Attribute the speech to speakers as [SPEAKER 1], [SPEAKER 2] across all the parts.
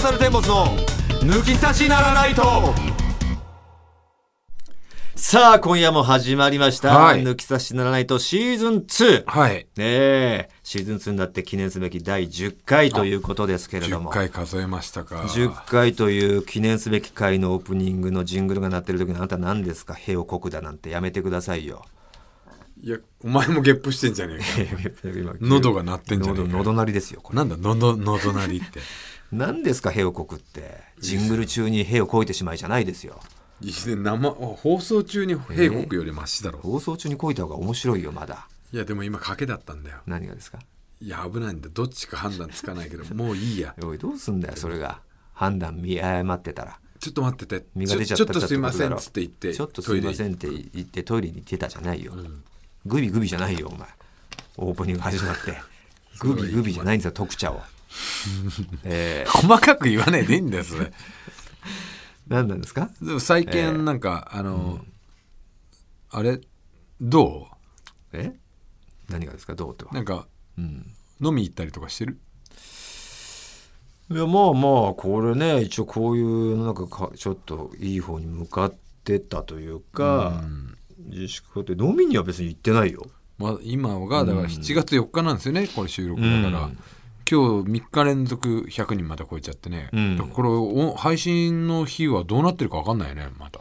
[SPEAKER 1] サルテンボスの抜き差しならないとさあ今夜も始まりました「
[SPEAKER 2] はい
[SPEAKER 1] 抜き差しならないとシーズン2」
[SPEAKER 2] はい。
[SPEAKER 1] ねえシーズン2になって記念すべき第10回ということですけれど
[SPEAKER 2] 10
[SPEAKER 1] も
[SPEAKER 2] 回数えましたか。
[SPEAKER 1] 10回という記念すべき回のオープニングのジングルが鳴ってる時のあなた何ですか兵をこくだなんてやめてください よ。
[SPEAKER 2] いや、お前もゲップしてんじゃ ねえか。喉が鳴ってんじゃねえ
[SPEAKER 1] 喉
[SPEAKER 2] か
[SPEAKER 1] 喉鳴りですよこれ。
[SPEAKER 2] なんだ、のど、のどなりって。
[SPEAKER 1] 何ですか兵をこくってジングル中に兵をこいてしまいじゃないですよ。
[SPEAKER 2] いいね生、放送中に兵国よりマシだろ。
[SPEAKER 1] 放送中にこいた方が面白いよまだ。
[SPEAKER 2] いや、でも今賭けだったんだよ。
[SPEAKER 1] 何がですか
[SPEAKER 2] いや、危ないんだ。どっちか判断つかないけ ど、もういいや。
[SPEAKER 1] おいどうすんだよそれが判断見誤ってたら。
[SPEAKER 2] ちょっと待ってて。
[SPEAKER 1] 身が出ちゃっ
[SPEAKER 2] ち
[SPEAKER 1] た
[SPEAKER 2] ょちょっとすいませんっつって言って。
[SPEAKER 1] ちょっとすいませ
[SPEAKER 2] ん。
[SPEAKER 1] んって言ってトイレに行ってたじゃないよ、グビグビじゃないよお前オープニング始ま ってグビグビじゃないんですよ特茶をえ
[SPEAKER 2] 細かく言わないでいいんだよ、それ。
[SPEAKER 1] ー、何なんですか
[SPEAKER 2] でも最近なんか、あの、あれ、ど
[SPEAKER 1] え何がですかどうっては
[SPEAKER 2] うなんか、
[SPEAKER 1] うん
[SPEAKER 2] 飲み行ったりとかしてる
[SPEAKER 1] いやまあまあこれね一応こういうなんかかちょっといい方に向かってったというか、自粛って飲みには別に行ってないよ
[SPEAKER 2] まあ、今がだから7月4日なんですよね、これ収録だから、
[SPEAKER 1] うん
[SPEAKER 2] 今日3日連続100人また超えちゃってね、
[SPEAKER 1] うん
[SPEAKER 2] だからこれお配信の日はどうなってるか分かんないよねまた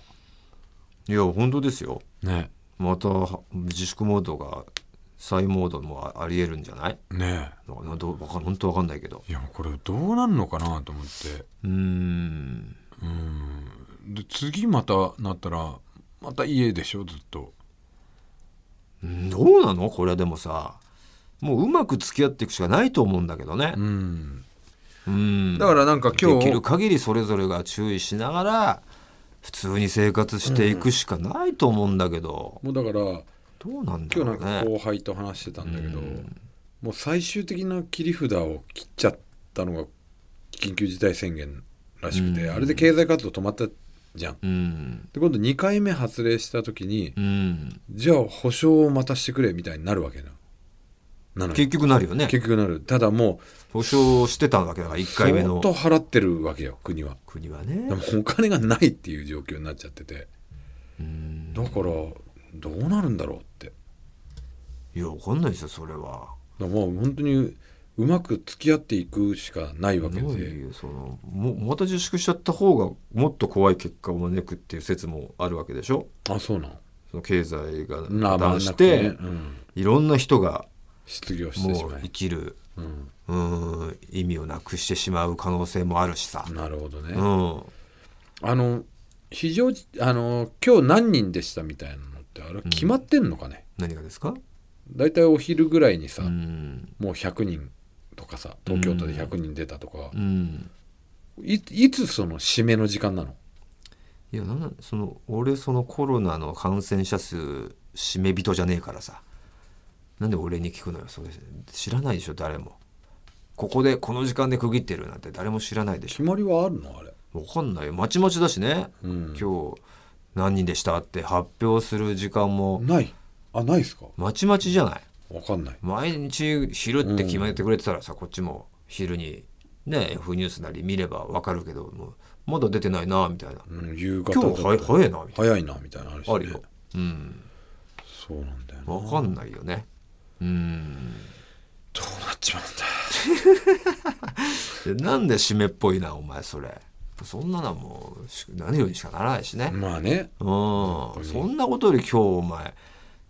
[SPEAKER 1] いや本当ですよ
[SPEAKER 2] ね
[SPEAKER 1] また自粛モードが再モードもあありえるんじゃない
[SPEAKER 2] ね
[SPEAKER 1] ななどうわかん本当わかんないけど
[SPEAKER 2] いやもうこれどうなんのかなと思って
[SPEAKER 1] うーん
[SPEAKER 2] うんで次またなったらまた家でしょずっと
[SPEAKER 1] どうなのこれでもさもううまく付き合っていくしかないと思うんだけどね
[SPEAKER 2] うん
[SPEAKER 1] うん
[SPEAKER 2] だからなんか今
[SPEAKER 1] でき
[SPEAKER 2] 日
[SPEAKER 1] る限りそれぞれが注意しながら普通に生活していくしかないと思うんだけど、
[SPEAKER 2] もうだから
[SPEAKER 1] どうなんだ
[SPEAKER 2] 今
[SPEAKER 1] ろ
[SPEAKER 2] 日なん
[SPEAKER 1] う
[SPEAKER 2] か
[SPEAKER 1] ね
[SPEAKER 2] 後輩と話してたんだけど、
[SPEAKER 1] うん
[SPEAKER 2] もう最終的な切り札を切っちゃったのが緊急事態宣言らしくて、
[SPEAKER 1] うん
[SPEAKER 2] あれで経済活動止まったじゃん。
[SPEAKER 1] うん
[SPEAKER 2] で今度2回目発令した時に、
[SPEAKER 1] うん
[SPEAKER 2] じゃあ保証をまたしてくれみたいになるわけななのよ
[SPEAKER 1] 結局なるよね
[SPEAKER 2] 結局なるただも
[SPEAKER 1] 保証してたわけだから
[SPEAKER 2] う
[SPEAKER 1] 1回目の
[SPEAKER 2] 相当払ってるわけよ国は
[SPEAKER 1] 国は
[SPEAKER 2] で
[SPEAKER 1] ね
[SPEAKER 2] もお金がないっていう状況になっちゃってて
[SPEAKER 1] うん
[SPEAKER 2] だからどうなるんだろうって
[SPEAKER 1] いやわかんないですよそれは
[SPEAKER 2] だからもう本当にうまく付き合っていくしかないわけ
[SPEAKER 1] どう
[SPEAKER 2] で
[SPEAKER 1] いうそのもまた自粛しちゃった方がもっと怖い結果を招くっていう説もあるわけでしょ
[SPEAKER 2] あそうなん
[SPEAKER 1] その経済が
[SPEAKER 2] な
[SPEAKER 1] 破綻し
[SPEAKER 2] まあ
[SPEAKER 1] て
[SPEAKER 2] なくねうん
[SPEAKER 1] いろんな人が
[SPEAKER 2] 失業してし
[SPEAKER 1] もう
[SPEAKER 2] ま
[SPEAKER 1] 生
[SPEAKER 2] い、
[SPEAKER 1] きる
[SPEAKER 2] うん
[SPEAKER 1] うーん意味をなくしてしまう可能性もあるしさ。
[SPEAKER 2] なるほどね、
[SPEAKER 1] うん
[SPEAKER 2] あの非常時あの今日何人でしたみたいなのってあれ決まってんのかね、
[SPEAKER 1] 何がですか
[SPEAKER 2] だいたいお昼ぐらいにさ、
[SPEAKER 1] うん
[SPEAKER 2] もう100人とかさ東京都で100人出たとか
[SPEAKER 1] う、ん
[SPEAKER 2] いいつその締めの時間なの
[SPEAKER 1] いやなんなんその俺そのコロナの感染者数締め人じゃねえからさなんで俺に聞くのよそれ知らないでしょ誰もここでこの時間で区切ってるなんて誰も知らないでし
[SPEAKER 2] 決まりはあるのあれ、
[SPEAKER 1] ょわかんないよまちまちだしね、
[SPEAKER 2] うん、
[SPEAKER 1] 今日何人でしたって発表する時間も
[SPEAKER 2] ないあないですか
[SPEAKER 1] まちまちじゃない
[SPEAKER 2] わかんない
[SPEAKER 1] 毎日昼って決めてくれてたらさ、こっちも昼にね F ニュースなり見ればわかるけどもうまだ出てないなみたいな
[SPEAKER 2] うん、夕方
[SPEAKER 1] 今日は
[SPEAKER 2] だ
[SPEAKER 1] い
[SPEAKER 2] と
[SPEAKER 1] 早いなみたい
[SPEAKER 2] 早いなみたいなのあるし、
[SPEAKER 1] な
[SPEAKER 2] ね、
[SPEAKER 1] あるよ、うん、
[SPEAKER 2] そうなんだよな
[SPEAKER 1] わかんないよねうん
[SPEAKER 2] どうなっちまうんだ
[SPEAKER 1] でなんで締めっぽいなお前それそんなのはもうし何よりしかならないしね、
[SPEAKER 2] まあね
[SPEAKER 1] うん、そんなことより今日お前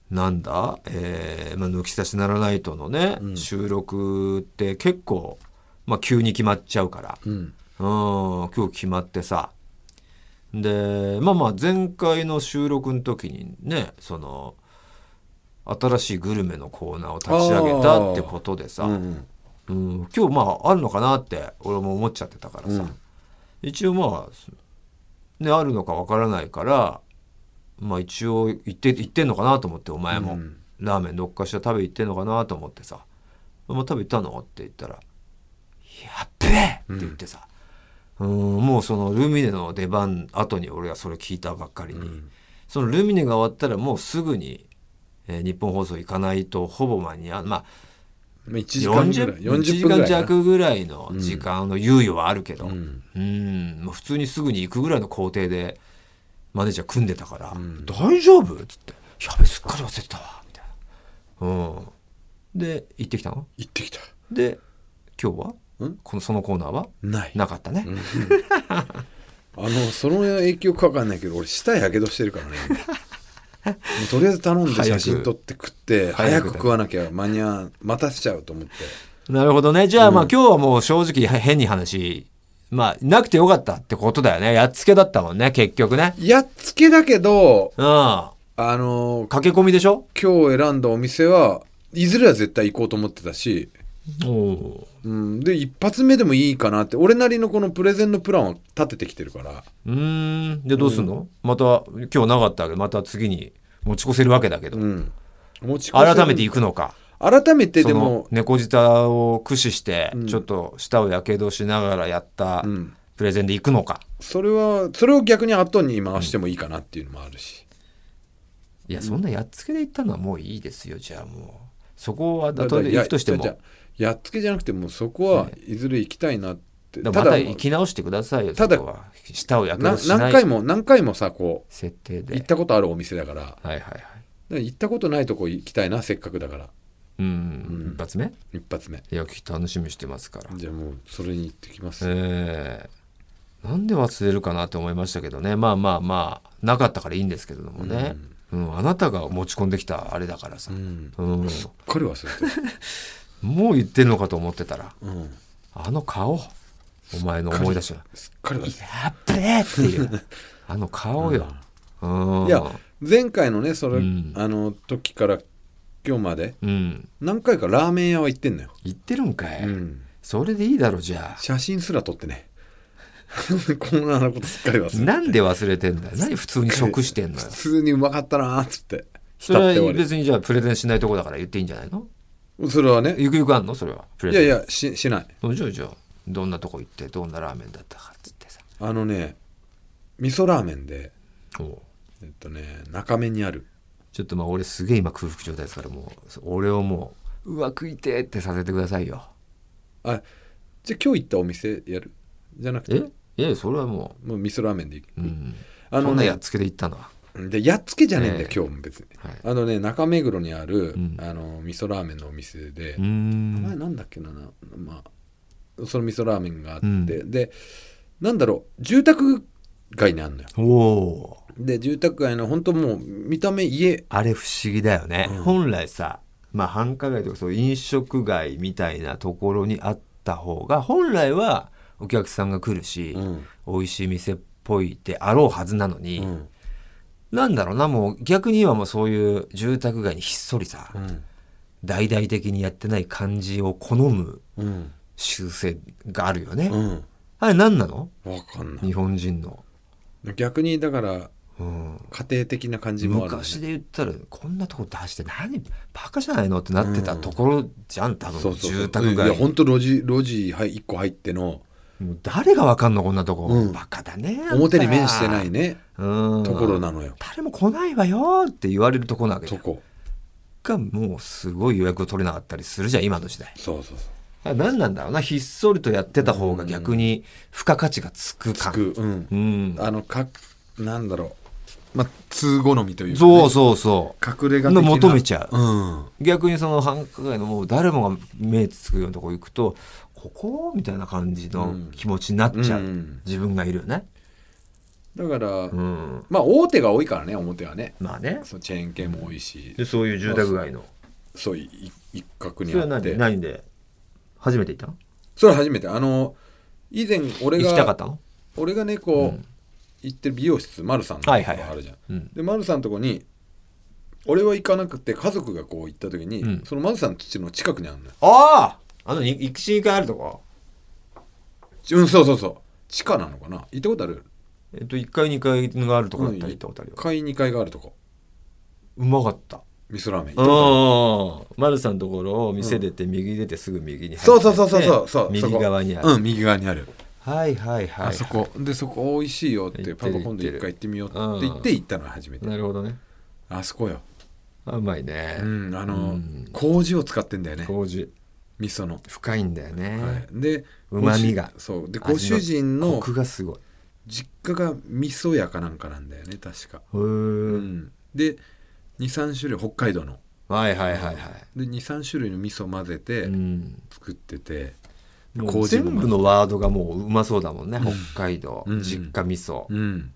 [SPEAKER 1] なんだ、えーまあ、抜き差しならないとのね、
[SPEAKER 2] ん
[SPEAKER 1] 収録って結構、まあ、急に決まっちゃうから、
[SPEAKER 2] うん
[SPEAKER 1] うん今日決まってさでまあまあ前回の収録の時にねその新しいグルメのコーナーを立ち上げたってことでさ、
[SPEAKER 2] う
[SPEAKER 1] うん、
[SPEAKER 2] ん
[SPEAKER 1] 今日まああるのかなって俺も思っちゃってたからさ、
[SPEAKER 2] うん
[SPEAKER 1] 一応まあねあるのかわからないからまあ一応行って行ってんのかなと思ってお前も、
[SPEAKER 2] うん
[SPEAKER 1] ラーメンどっかしら食べ行ってんのかなと思ってさ「まあ、食べ行ったの?」って言ったら「やっべえ!」って言ってさ、うーん、もうそのルミネの出番後に俺はそれ聞いたばっかりに、そのルミネが終わったらもうすぐに、えー日本放送行かないとほぼ間に合わまあ
[SPEAKER 2] まあ、1時間ぐらい
[SPEAKER 1] 40
[SPEAKER 2] 40
[SPEAKER 1] 1時
[SPEAKER 2] 分ぐ
[SPEAKER 1] 間
[SPEAKER 2] らいな
[SPEAKER 1] 弱ぐらいの時間の猶予はあるけど、
[SPEAKER 2] うん
[SPEAKER 1] うん、まあ普通にすぐに行くぐらいの工程でマネージャー組んでたから「
[SPEAKER 2] ん
[SPEAKER 1] 大丈夫?」っつって「やべすっかり忘れてたわ」みたいな。うん、で行ってきたの
[SPEAKER 2] 行ってきた
[SPEAKER 1] で今日は
[SPEAKER 2] うん
[SPEAKER 1] このそのコーナーは
[SPEAKER 2] ない
[SPEAKER 1] なかったね。
[SPEAKER 2] あのその影響かわかんないけど俺舌やけどしてる からねもうとりあえず頼んで写真撮って食って
[SPEAKER 1] 早
[SPEAKER 2] 早
[SPEAKER 1] く
[SPEAKER 2] く食わなきゃ間に合わん待たせちゃうと思って
[SPEAKER 1] なるほどねじゃあまあ今日はもう正直へ変に話まあなくてよかったってことだよねやっつけだったもんね結局ね。
[SPEAKER 2] やっつけだけど
[SPEAKER 1] うん駆
[SPEAKER 2] あの
[SPEAKER 1] け込みでしょ
[SPEAKER 2] 今日選んだお店はいずれは絶対行こうと思ってたし、
[SPEAKER 1] お
[SPEAKER 2] うん、で一発目でもいいかなって俺なりのこのプレゼンのプランを立ててきてるから
[SPEAKER 1] うーんでどうすんの、また今日なかったけどまた次に持ち越せるわけだけど、
[SPEAKER 2] うん持ち越せる
[SPEAKER 1] 改めて行くのか
[SPEAKER 2] 改めて
[SPEAKER 1] そ
[SPEAKER 2] で
[SPEAKER 1] の
[SPEAKER 2] も
[SPEAKER 1] 猫舌を駆使して
[SPEAKER 2] うん
[SPEAKER 1] ちょっと舌をやけどしながらやった
[SPEAKER 2] うん
[SPEAKER 1] プレゼンで行くのか、
[SPEAKER 2] それはそれを逆に後に回してもいいかなっていうのもあるし、
[SPEAKER 1] いやそんなやっつけで行ったのはもういいですよじゃあもうそこは
[SPEAKER 2] だ
[SPEAKER 1] 後で行くとしても
[SPEAKER 2] やややっつけじゃなくてもうそこはいずれ行きたいなって、
[SPEAKER 1] でも
[SPEAKER 2] た
[SPEAKER 1] ま
[SPEAKER 2] だ
[SPEAKER 1] た行き直してくださいよ
[SPEAKER 2] ただ
[SPEAKER 1] そこは舌をやけ
[SPEAKER 2] な
[SPEAKER 1] どしな
[SPEAKER 2] 何回
[SPEAKER 1] い
[SPEAKER 2] も何回もさこ
[SPEAKER 1] 設定
[SPEAKER 2] う行っ
[SPEAKER 1] で
[SPEAKER 2] たことあるお店だからだか
[SPEAKER 1] はいはいはい
[SPEAKER 2] ら行ったことないとこ行きたいなせっかくだから
[SPEAKER 1] うん、
[SPEAKER 2] うん
[SPEAKER 1] 一発目
[SPEAKER 2] 一発目
[SPEAKER 1] いやきっと楽しみにしてますから
[SPEAKER 2] じゃあもうそれに行ってきます、
[SPEAKER 1] ええなんで忘れるかなって思いましたけどねまあまあまあなかったからいいんですけれどもね、うんあなたが持ち込んできたあれだからさ、
[SPEAKER 2] うん
[SPEAKER 1] うん
[SPEAKER 2] すっかり忘れてる、
[SPEAKER 1] もう言ってるのかと思ってたら
[SPEAKER 2] うん、
[SPEAKER 1] あの顔お前の思い出しが
[SPEAKER 2] すっかり忘れて る
[SPEAKER 1] やっべえっていう あの顔よ、うん、
[SPEAKER 2] いや前回のねそ
[SPEAKER 1] う
[SPEAKER 2] れ、
[SPEAKER 1] ん
[SPEAKER 2] あの時から今日まで
[SPEAKER 1] うん
[SPEAKER 2] 何回かラーメン屋は行ってんのよ、
[SPEAKER 1] 言ってるんかい、
[SPEAKER 2] うん
[SPEAKER 1] それでいいだろじゃあ
[SPEAKER 2] 写真すら撮ってね こんなのことすっかり忘れてる
[SPEAKER 1] なんで忘れてんだよ何普通に食してんのよ
[SPEAKER 2] 普通にうまかったなーっつって
[SPEAKER 1] それ
[SPEAKER 2] 浸
[SPEAKER 1] は
[SPEAKER 2] って終わ
[SPEAKER 1] 別にじゃあプレゼンしないとこだから言っていいんじゃないの
[SPEAKER 2] りそれはね
[SPEAKER 1] ゆくゆくあんのそれはプレ
[SPEAKER 2] い
[SPEAKER 1] ゼ
[SPEAKER 2] や
[SPEAKER 1] ン
[SPEAKER 2] いやししない
[SPEAKER 1] じゃあじゃあどんなとこ行ってどんなラーメンだったかっつってさ
[SPEAKER 2] あのね味噌ラーメンでえっとね中目にある
[SPEAKER 1] ちょっとまあ俺すげえ今空腹状態ですからもう俺をもううわ食いてーってさせてくださいよ
[SPEAKER 2] あじゃあ今日行ったお店やるじゃなくて
[SPEAKER 1] えいやそれはも
[SPEAKER 2] もう味噌ラーメンで行く、
[SPEAKER 1] う、うん、そ
[SPEAKER 2] あの
[SPEAKER 1] んなや
[SPEAKER 2] ね
[SPEAKER 1] っつけで行ったのは
[SPEAKER 2] でやっつけじゃねえんだよ、
[SPEAKER 1] ええ
[SPEAKER 2] 今日も別に
[SPEAKER 1] はい
[SPEAKER 2] あのね中目黒にある、
[SPEAKER 1] ん
[SPEAKER 2] あの味噌ラーメンのお店で、
[SPEAKER 1] うー
[SPEAKER 2] 名前
[SPEAKER 1] ん
[SPEAKER 2] なんだっけななまあその味噌ラーメンがあって、
[SPEAKER 1] うん
[SPEAKER 2] でなんだろう住宅街にあるのよ
[SPEAKER 1] おおー
[SPEAKER 2] で住宅街の本当もう見た目家
[SPEAKER 1] あれ不思議だよね、本来さまあ繁華街とかそう飲食街みたいなところにあった方が本来はお客さんが来るし、
[SPEAKER 2] うん
[SPEAKER 1] 美味しい店っぽいであろうはずなのに、
[SPEAKER 2] うん
[SPEAKER 1] なんだろうなもう逆に今もうそういう住宅街にひっそりさ、
[SPEAKER 2] うん
[SPEAKER 1] 大々的にやってない感じを好む
[SPEAKER 2] うん
[SPEAKER 1] 習性があるよね、
[SPEAKER 2] うん
[SPEAKER 1] あれ何なの
[SPEAKER 2] わかんな
[SPEAKER 1] 日本人の、
[SPEAKER 2] い逆にだから
[SPEAKER 1] うん、
[SPEAKER 2] 家庭的な感じもある、ね、
[SPEAKER 1] 昔で言ったらこんなとこ出して何バカじゃないのってなってたところじゃん多分、
[SPEAKER 2] そうそうそう
[SPEAKER 1] 住宅
[SPEAKER 2] い
[SPEAKER 1] 街
[SPEAKER 2] や本当路地路地はい一個入っての
[SPEAKER 1] もう誰がわかんのこんなとこ、
[SPEAKER 2] うん
[SPEAKER 1] バカだねあんた
[SPEAKER 2] 表に面してないね
[SPEAKER 1] うん
[SPEAKER 2] ところなのよ、
[SPEAKER 1] 誰も来ないわよって言われるとこなわけじゃ
[SPEAKER 2] と
[SPEAKER 1] ん
[SPEAKER 2] こ
[SPEAKER 1] がもうすごい予約を取れなかったりするじゃん今の時代
[SPEAKER 2] そうそうそう
[SPEAKER 1] 何なんだろうなひっそりとやってた方が逆に付加価値がつく
[SPEAKER 2] つ
[SPEAKER 1] 感
[SPEAKER 2] くうん
[SPEAKER 1] うん
[SPEAKER 2] あのかなんだろうまあ通好みというか、
[SPEAKER 1] そうそうそ
[SPEAKER 2] 隠れ家的
[SPEAKER 1] の
[SPEAKER 2] な
[SPEAKER 1] 求めちゃう
[SPEAKER 2] うん
[SPEAKER 1] う逆にその繁華街のもう誰もが目つくようなとこ行くとここみたいな感じの気持ちになっちゃう、
[SPEAKER 2] うん
[SPEAKER 1] 自分がいるよね
[SPEAKER 2] だから、
[SPEAKER 1] うん
[SPEAKER 2] まあ大手が多いからね表はね
[SPEAKER 1] まあね
[SPEAKER 2] そうチェーン系も多いし、
[SPEAKER 1] でそういう住宅街の
[SPEAKER 2] そういい一角に
[SPEAKER 1] それは
[SPEAKER 2] あ
[SPEAKER 1] 何
[SPEAKER 2] って
[SPEAKER 1] で
[SPEAKER 2] それ
[SPEAKER 1] 何で初めて行ったの
[SPEAKER 2] は初めてあの以前俺
[SPEAKER 1] 行きたかっ
[SPEAKER 2] が
[SPEAKER 1] たの
[SPEAKER 2] 俺がねこう、行ってる美容室丸さんのとこ
[SPEAKER 1] は
[SPEAKER 2] あ
[SPEAKER 1] い
[SPEAKER 2] る
[SPEAKER 1] はい
[SPEAKER 2] じゃ
[SPEAKER 1] はい
[SPEAKER 2] ん、
[SPEAKER 1] うん
[SPEAKER 2] で丸さんのとこに俺は行かなくて家族がこう行った時に、
[SPEAKER 1] うん
[SPEAKER 2] その丸さんの父の近くにあるのよ
[SPEAKER 1] あああの行き違いあるとこ
[SPEAKER 2] うんそうそうそう地下なのかな行ったことある
[SPEAKER 1] えっと1階2階があるとこだったら行ったことあるよ
[SPEAKER 2] 1階2階があるとこ
[SPEAKER 1] うまかった
[SPEAKER 2] 味噌ラーメン行ったことある
[SPEAKER 1] うん丸さんのところを店出て右出てすぐ右に入って
[SPEAKER 2] そうそうそうそうそうそう
[SPEAKER 1] 右側にある、
[SPEAKER 2] うん右側にある
[SPEAKER 1] はいはいはい
[SPEAKER 2] あそこでそこ美味しいよって
[SPEAKER 1] 行って
[SPEAKER 2] パ
[SPEAKER 1] る
[SPEAKER 2] パ
[SPEAKER 1] 行っ
[SPEAKER 2] 今度
[SPEAKER 1] て
[SPEAKER 2] 一
[SPEAKER 1] る
[SPEAKER 2] 回行ってみようって言って行ったの初めて
[SPEAKER 1] なるほどね
[SPEAKER 2] あそこよ
[SPEAKER 1] あうまいね、
[SPEAKER 2] うんあの
[SPEAKER 1] うん
[SPEAKER 2] 麹を使ってんだよね
[SPEAKER 1] 麹
[SPEAKER 2] 味噌の、
[SPEAKER 1] 深いんだよね、
[SPEAKER 2] はい、で
[SPEAKER 1] 旨味が
[SPEAKER 2] ご主そうでご主人
[SPEAKER 1] 味の
[SPEAKER 2] の
[SPEAKER 1] コクがすごいへ
[SPEAKER 2] 実家が味噌屋かなんかなんだよね確か、
[SPEAKER 1] え、
[SPEAKER 2] うん、で23種類北海道の
[SPEAKER 1] はいはいはいはい、
[SPEAKER 2] で23種類の味噌混ぜて
[SPEAKER 1] うん、
[SPEAKER 2] 作ってて、
[SPEAKER 1] もう
[SPEAKER 2] 麹
[SPEAKER 1] 全
[SPEAKER 2] も
[SPEAKER 1] 部のワードがもううまそうだもんね、
[SPEAKER 2] うん
[SPEAKER 1] 北海道、
[SPEAKER 2] うん
[SPEAKER 1] 実家味噌、
[SPEAKER 2] うん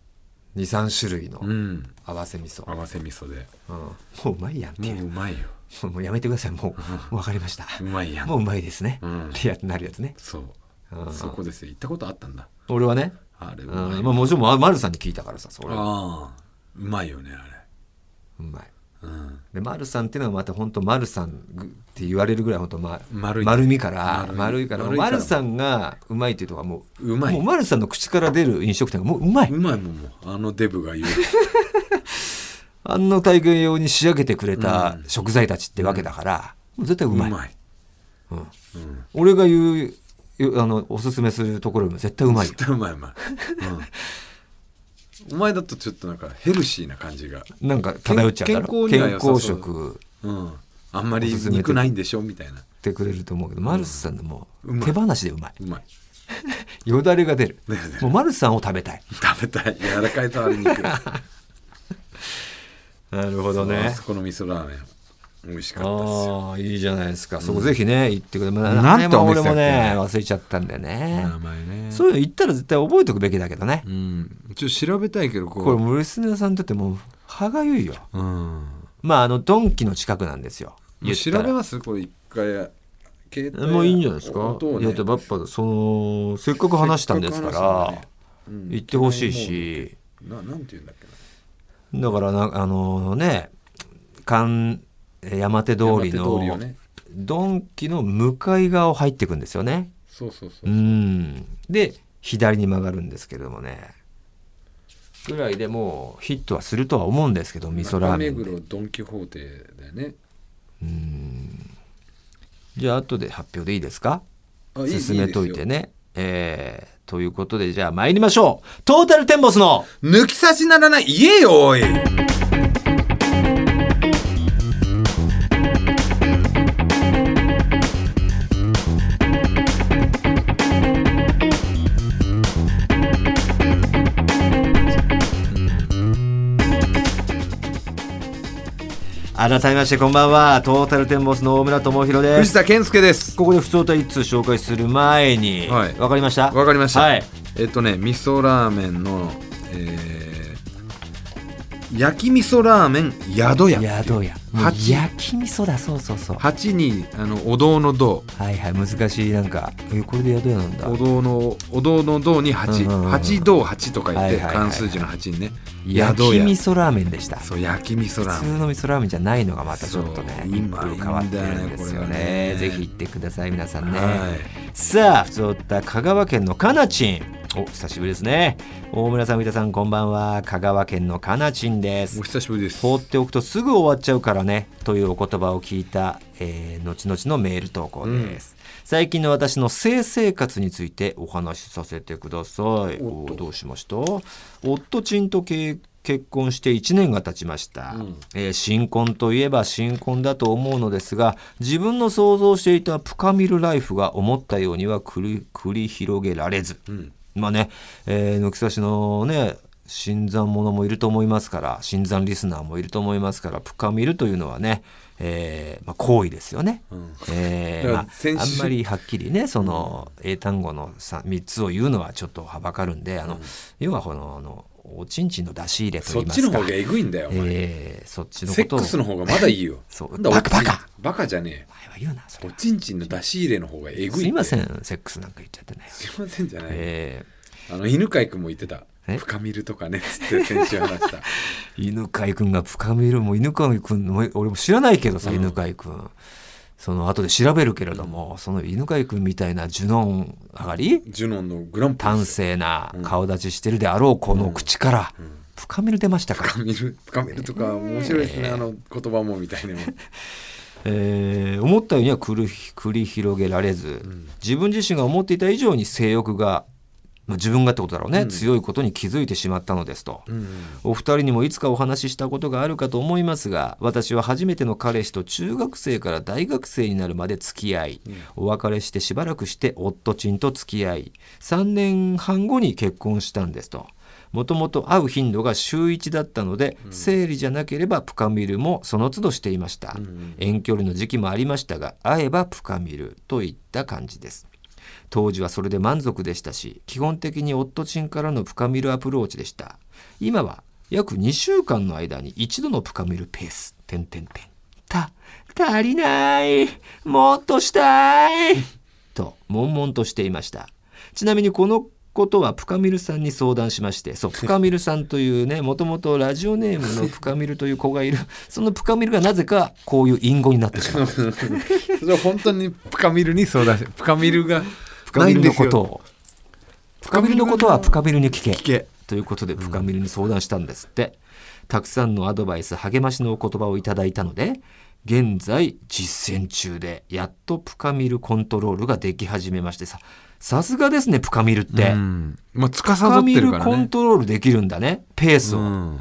[SPEAKER 1] 23種類の
[SPEAKER 2] うん
[SPEAKER 1] 合わせ味噌、
[SPEAKER 2] 合わせ味噌で
[SPEAKER 1] うんもううまいやんってい
[SPEAKER 2] も
[SPEAKER 1] う
[SPEAKER 2] ううまいよ
[SPEAKER 1] もうもうやめてくださいもう分かりました
[SPEAKER 2] うまいやん
[SPEAKER 1] もううまいですね、
[SPEAKER 2] うん
[SPEAKER 1] ってやなるやつね、
[SPEAKER 2] そう
[SPEAKER 1] うん
[SPEAKER 2] そこですよ行ったことあったんだ
[SPEAKER 1] 俺はね、
[SPEAKER 2] あれう
[SPEAKER 1] うん
[SPEAKER 2] まい、
[SPEAKER 1] まあ、もちろんま丸さんに聞いたからさそれは
[SPEAKER 2] ああうまいよねあ
[SPEAKER 1] うまい
[SPEAKER 2] れ、うん、
[SPEAKER 1] で丸さんっていうのはまた本当丸さんって言われるぐらい本当ま
[SPEAKER 2] 丸い
[SPEAKER 1] 丸みから
[SPEAKER 2] 丸い
[SPEAKER 1] 丸いから
[SPEAKER 2] 丸いから
[SPEAKER 1] 丸さんがうまいっていうとこはもう
[SPEAKER 2] うまい
[SPEAKER 1] もう丸さんの口から出る飲食店がもううまいう
[SPEAKER 2] まいもんもうあのデブが言う
[SPEAKER 1] あんな大会用に仕上げてくれた
[SPEAKER 2] うん
[SPEAKER 1] 食材たちってわけだから、もう絶 対う
[SPEAKER 2] う
[SPEAKER 1] ま
[SPEAKER 2] ま
[SPEAKER 1] い
[SPEAKER 2] い
[SPEAKER 1] うん
[SPEAKER 2] うん
[SPEAKER 1] 俺が言う言うあのおすすめするところよりも絶対うまいよ
[SPEAKER 2] 絶 対うまいうまい、うん、お前だとちょっとなんかヘルシーな感じが、
[SPEAKER 1] なんか漂っちゃうだろ
[SPEAKER 2] 健康には
[SPEAKER 1] 健
[SPEAKER 2] 良さそう
[SPEAKER 1] 康食
[SPEAKER 2] うん、あんまり肉ないんでしょみたいな
[SPEAKER 1] ってくれると思うけど、マルスさんのもう
[SPEAKER 2] うま
[SPEAKER 1] 手
[SPEAKER 2] い
[SPEAKER 1] 放しでうまい。
[SPEAKER 2] うまい
[SPEAKER 1] よだれが出る
[SPEAKER 2] だよね。
[SPEAKER 1] もうマルスさんを食べたい。
[SPEAKER 2] 食べたい柔らかいとあれ肉
[SPEAKER 1] なるほ ど
[SPEAKER 2] あそこの味噌ラーメン美味しかったですよ
[SPEAKER 1] ああ、いいじゃないですか。そこぜひね、行ってくれ。まあ
[SPEAKER 2] なん
[SPEAKER 1] 名前
[SPEAKER 2] て
[SPEAKER 1] も
[SPEAKER 2] お
[SPEAKER 1] 俺
[SPEAKER 2] 店だ
[SPEAKER 1] も
[SPEAKER 2] っけ
[SPEAKER 1] ね、忘れちゃったんだよね。
[SPEAKER 2] 名前ね
[SPEAKER 1] そういうの行ったら絶対覚えておくべきだけどね
[SPEAKER 2] う。んちょっと調べたいけどこう
[SPEAKER 1] これもうリスナーさんにとってもう歯がゆいよ。
[SPEAKER 2] うん
[SPEAKER 1] まあ、あの、ドンキの近くなんですよ。
[SPEAKER 2] も
[SPEAKER 1] 言
[SPEAKER 2] う
[SPEAKER 1] った
[SPEAKER 2] 調
[SPEAKER 1] ら
[SPEAKER 2] べますこれ一回携帯
[SPEAKER 1] もういいんじゃないですか。
[SPEAKER 2] 音を
[SPEAKER 1] い
[SPEAKER 2] ね
[SPEAKER 1] や、だってバッパだその、せっかく話したんですか、
[SPEAKER 2] せっからく話したんだねうん
[SPEAKER 1] 行ってほしいし。
[SPEAKER 2] ななんて言うんだっけな
[SPEAKER 1] だからなあのね関山手通り
[SPEAKER 2] 山手通り
[SPEAKER 1] の
[SPEAKER 2] をね
[SPEAKER 1] ドンキの向かい側を入っていくんですよね。
[SPEAKER 2] そうそうそうう、
[SPEAKER 1] んで左に曲がるんですけれどもねぐらいでもうヒットはするとは思うんですけど味噌ラーメン
[SPEAKER 2] 中
[SPEAKER 1] で
[SPEAKER 2] 目黒ドン・キホーテだよね
[SPEAKER 1] うんじゃあ後で発表でいいですか
[SPEAKER 2] あいい
[SPEAKER 1] 進めといて
[SPEAKER 2] いいで
[SPEAKER 1] ね。えーということでじゃあ参りましょうトータルテンボスの
[SPEAKER 2] すよ抜き差しならない言えよおい
[SPEAKER 1] 改めましてこんばんはトータルテンボスの大村智広です
[SPEAKER 2] 藤田健介です
[SPEAKER 1] ここで不相対一通紹介する前に、
[SPEAKER 2] は
[SPEAKER 1] わ
[SPEAKER 2] い
[SPEAKER 1] かりました
[SPEAKER 2] わかりました、
[SPEAKER 1] はい、
[SPEAKER 2] えっとね味噌ラーメンの、えー焼き味噌ラーメン宿屋
[SPEAKER 1] 宿屋もう
[SPEAKER 2] 八
[SPEAKER 1] 焼き味噌だそうそうそうは
[SPEAKER 2] 八にあのお堂の堂
[SPEAKER 1] いはい難しいなんかえこれで宿屋なんだ
[SPEAKER 2] お堂のお堂の堂に八
[SPEAKER 1] うんうんうん
[SPEAKER 2] 八堂八とか言っ
[SPEAKER 1] はい
[SPEAKER 2] て
[SPEAKER 1] はいはいはい
[SPEAKER 2] 漢数字の八にね
[SPEAKER 1] 焼き味噌ラーメンでした
[SPEAKER 2] そう焼き味噌ラ
[SPEAKER 1] 普
[SPEAKER 2] ーメン
[SPEAKER 1] 通の味噌ラーメンじゃないのがまたちょっとね
[SPEAKER 2] そう
[SPEAKER 1] 一風変わってるんですよ
[SPEAKER 2] うまいんだよねこれが
[SPEAKER 1] ね
[SPEAKER 2] ね
[SPEAKER 1] ぜひ行ってください皆さんね、
[SPEAKER 2] は
[SPEAKER 1] さあ普通った香川県のかなちんお久しぶりですね大村さん三田さんこんばんは香川県のかなちんです
[SPEAKER 2] いお久しぶりです
[SPEAKER 1] 放っておくとすぐ終わっちゃうからねというお言葉を聞いた、えー後々のメール投稿です、最近の私の性生活についてお話しさせてください
[SPEAKER 2] おっと
[SPEAKER 1] おどうしました夫ちんとけ結婚して1年が経ちました、
[SPEAKER 2] うん
[SPEAKER 1] えー新婚といえば新婚だと思うのですが自分の想像していたプカミルライフが思ったようには繰り繰り広げられず、
[SPEAKER 2] うん
[SPEAKER 1] まあね、えー、軒差しのね、新参者もいると思いますから、新参リスナーもいると思いますから、プカミルというのはね、えーまあ、行為ですよね。
[SPEAKER 2] うん
[SPEAKER 1] えー
[SPEAKER 2] だから
[SPEAKER 1] まあ、
[SPEAKER 2] 先
[SPEAKER 1] あん
[SPEAKER 2] 週
[SPEAKER 1] まりはっきりねその英単語の 3, つを言うのはちょっとはばかるんであの、要はこのあのおちんちんの出し入れと言
[SPEAKER 2] そっ
[SPEAKER 1] いま
[SPEAKER 2] ち
[SPEAKER 1] す
[SPEAKER 2] の
[SPEAKER 1] か
[SPEAKER 2] 方がえぐいんだよお前
[SPEAKER 1] えーそっちの
[SPEAKER 2] セ
[SPEAKER 1] こ
[SPEAKER 2] ッ
[SPEAKER 1] とを
[SPEAKER 2] クスの方がまだいいよ
[SPEAKER 1] そう
[SPEAKER 2] なんだ
[SPEAKER 1] バカ
[SPEAKER 2] おちん
[SPEAKER 1] バカ
[SPEAKER 2] バカじゃね
[SPEAKER 1] お前は言うなそ
[SPEAKER 2] え
[SPEAKER 1] れ
[SPEAKER 2] お
[SPEAKER 1] は
[SPEAKER 2] ちんちんの出し入れの方がえぐいって
[SPEAKER 1] すいませんセックスなんか言っちゃってね、
[SPEAKER 2] すいませんじゃない、
[SPEAKER 1] えー
[SPEAKER 2] あの犬飼君も言ってた
[SPEAKER 1] え
[SPEAKER 2] 深見るとかねっつって先週話した
[SPEAKER 1] 犬飼君が深みるも犬飼君の俺も知らないけどさ、犬飼君その後で調べるけれども、その犬飼君みたいなジュノン上がり
[SPEAKER 2] ジュノンのグランプリ
[SPEAKER 1] 端正な顔立ちしてるであろうこの口から、深みる出ましたか、
[SPEAKER 2] 深見る深見るとか面白いですね、あの言葉もみた いな
[SPEAKER 1] えー思ったようには繰り繰り広げられず、自分自身が思っていた以上に性欲がまあ、自分がってことだろうね、
[SPEAKER 2] うん
[SPEAKER 1] 強いことに気づいてしまったのですと、
[SPEAKER 2] うん
[SPEAKER 1] お二人にもいつかお話ししたことがあるかと思いますが私は初めての彼氏と中学生から大学生になるまで付き合い、お別れしてしばらくして夫ちんと付き合い3年半後に結婚したんですと。もともと会う頻度が週1だったので、生理じゃなければプカミルもその都度していました、遠距離の時期もありましたが会えばプカミルといった感じです当時はそれで満足でしたし基本的に夫チンからのプカミルアプローチでした今は約2週間の間に一度のプカミルペース点点点た足りないもっとしたいと悶々としていましたちなみにこのことはプカミルさんに相談しまして そうプカミルさんというねもともとラジオネー ムのプカミルという子がいるそのプカミルがなぜかこういう隠語になってしま う
[SPEAKER 2] それは本当にプカミルに相談してプカミルが
[SPEAKER 1] プカミルのこと
[SPEAKER 2] ないんですよ
[SPEAKER 1] をプカミルのことはプカミルに聞け
[SPEAKER 2] 聞け
[SPEAKER 1] ということでプカミルに相談したんですって、たくさんのアドバイス励ましのお言葉をいただいたので現在実践中でやっとプカミルコントロールができ始めましてささすがですねプカミルって、
[SPEAKER 2] うんまあ司
[SPEAKER 1] プカ
[SPEAKER 2] っ
[SPEAKER 1] ミ
[SPEAKER 2] てる
[SPEAKER 1] ル
[SPEAKER 2] からね
[SPEAKER 1] コントロールできるんだねペースを、
[SPEAKER 2] うん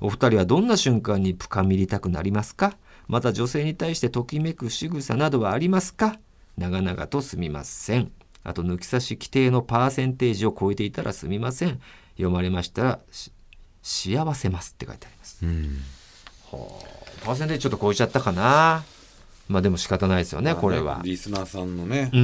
[SPEAKER 1] お二人はどんな瞬間にプカミりたくなりますかまた女性に対してときめく仕草などはありますか長々とすみませんあと抜き差し規定のパーセンテージを超えていたらすみません読まれましたらし幸せますって書いてあります
[SPEAKER 2] うん
[SPEAKER 1] パーセンテージちょっと超えちゃったかなまあでも仕方ないですよねこれは
[SPEAKER 2] リスナーさんのね
[SPEAKER 1] うー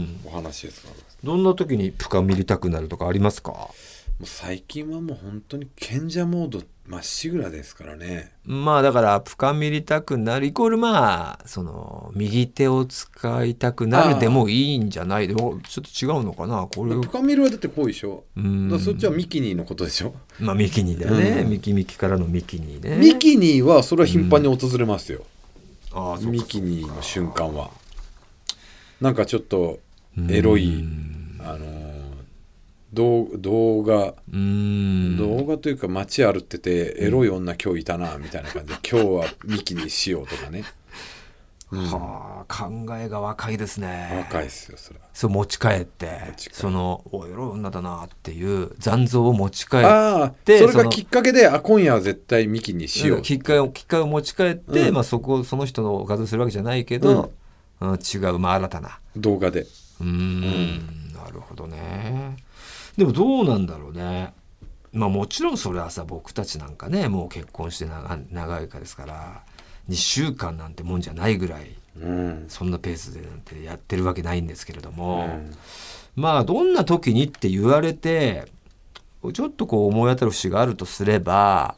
[SPEAKER 1] ん
[SPEAKER 2] お話ですからも
[SPEAKER 1] どんな時にプカミりたくなるとかありますか
[SPEAKER 2] う最近はもう本当に賢者モードまっしぐらですからね
[SPEAKER 1] まあだからプカミりたくなるイコールまあその右手を使いたくな
[SPEAKER 2] ああ
[SPEAKER 1] るでもいいんじゃないでもちょっと違うのかなこれ
[SPEAKER 2] プカミルはだってこうでしょ
[SPEAKER 1] うん
[SPEAKER 2] だからそっちはミキニーのことでしょ
[SPEAKER 1] まあミキニだよね、
[SPEAKER 2] うん
[SPEAKER 1] ミキミキからのミキニね
[SPEAKER 2] ミキニーはそれは頻繁に訪れますよ
[SPEAKER 1] ああそうか
[SPEAKER 2] ミキニーの瞬間はなんかちょっとエロいあのー動動画
[SPEAKER 1] うーん
[SPEAKER 2] 動画というか街歩っててエロい女今日いたなみたいな感じで今日はミキにしようとか ね
[SPEAKER 1] はあ考えが若いですね
[SPEAKER 2] 若いっすよそれは
[SPEAKER 1] そう持ち帰って
[SPEAKER 2] ち帰る
[SPEAKER 1] そのおエロい女だなっていう残像を持ち帰って
[SPEAKER 2] ああそ
[SPEAKER 1] で
[SPEAKER 2] れ
[SPEAKER 1] そ
[SPEAKER 2] が
[SPEAKER 1] の
[SPEAKER 2] きっかけであ今夜は絶対ミキにしよう
[SPEAKER 1] 機械を機械を持ち帰って、
[SPEAKER 2] うん
[SPEAKER 1] まあ、そこをその人のおかずするわけじゃないけど、うん違う、まあ、新たな
[SPEAKER 2] 動画で
[SPEAKER 1] うーんなるほどねでもどうなんだろうねまあもちろんそれはさ僕たちなんかねもう結婚して長長いかですから2週間なんてもんじゃないぐらい
[SPEAKER 2] うん
[SPEAKER 1] そんなペースでなんてやってるわけないんですけれど
[SPEAKER 2] う
[SPEAKER 1] も、
[SPEAKER 2] ん
[SPEAKER 1] まあどんな時にって言われてちょっとこう思い当たる節があるとすれば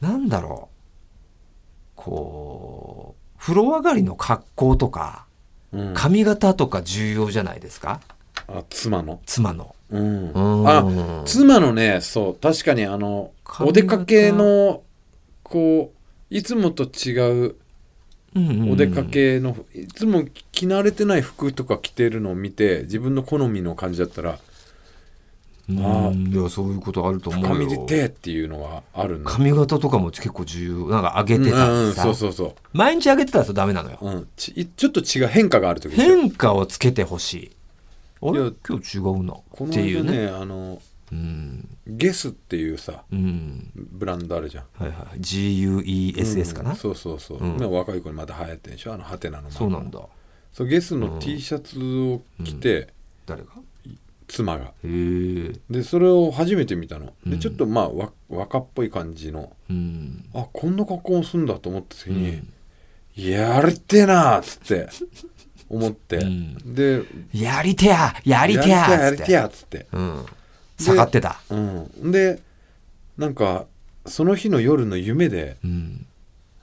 [SPEAKER 1] なんだろうこう風呂上がりの格好とか
[SPEAKER 2] うん
[SPEAKER 1] 髪型とか重要じゃないですか
[SPEAKER 2] あ妻の
[SPEAKER 1] 妻の。
[SPEAKER 2] うん
[SPEAKER 1] うん
[SPEAKER 2] あ妻のねそう確かにあの
[SPEAKER 1] 髪
[SPEAKER 2] お
[SPEAKER 1] 型
[SPEAKER 2] 出かけのこういつもと違うお出かけの、いつも着慣れてない服とか着てるのを見て自分の好みの感じだったら
[SPEAKER 1] うん
[SPEAKER 2] ああ
[SPEAKER 1] いやそういうことあると思
[SPEAKER 2] 深
[SPEAKER 1] う
[SPEAKER 2] み
[SPEAKER 1] よ
[SPEAKER 2] でてっていうのはあるんだ
[SPEAKER 1] 髪型とかも結構重要なんか上げて
[SPEAKER 2] うんうんう
[SPEAKER 1] た
[SPEAKER 2] ん
[SPEAKER 1] りさ
[SPEAKER 2] そうそうそ
[SPEAKER 1] 毎日上げてたらダメなのよ
[SPEAKER 2] う、うん、ちいちょっと違う変化がある時でしょ
[SPEAKER 1] 変化をつけてほしいあ
[SPEAKER 2] い
[SPEAKER 1] れ
[SPEAKER 2] や
[SPEAKER 1] 今日違うな
[SPEAKER 2] こ
[SPEAKER 1] っ
[SPEAKER 2] の
[SPEAKER 1] てい
[SPEAKER 2] 間
[SPEAKER 1] うね
[SPEAKER 2] ねあの
[SPEAKER 1] うん
[SPEAKER 2] ゲスっていうさ
[SPEAKER 1] うん
[SPEAKER 2] ブランドあるじゃん
[SPEAKER 1] はいはい GUESS かな、
[SPEAKER 2] うんそうそうそう、
[SPEAKER 1] うん
[SPEAKER 2] ね若い子にまた流行ってんでしょあのハテナの
[SPEAKER 1] そうなんだ
[SPEAKER 2] そうゲス
[SPEAKER 1] う
[SPEAKER 2] の
[SPEAKER 1] ん
[SPEAKER 2] T シャツを着て、
[SPEAKER 1] 誰が
[SPEAKER 2] 妻が
[SPEAKER 1] へえ
[SPEAKER 2] でそれを初めて見たの
[SPEAKER 1] う
[SPEAKER 2] で
[SPEAKER 1] ん
[SPEAKER 2] ちょっとまあわ若っぽい感じの
[SPEAKER 1] うん
[SPEAKER 2] あこんな格好をするんだと思った時に、
[SPEAKER 1] うん
[SPEAKER 2] やりてえなっつって思って、
[SPEAKER 1] うん
[SPEAKER 2] で
[SPEAKER 1] やりてやや
[SPEAKER 2] や
[SPEAKER 1] りてや
[SPEAKER 2] やり
[SPEAKER 1] つって
[SPEAKER 2] やっつって、
[SPEAKER 1] うん下がってた
[SPEAKER 2] うん、でなんかその日の夜の夢で
[SPEAKER 1] うん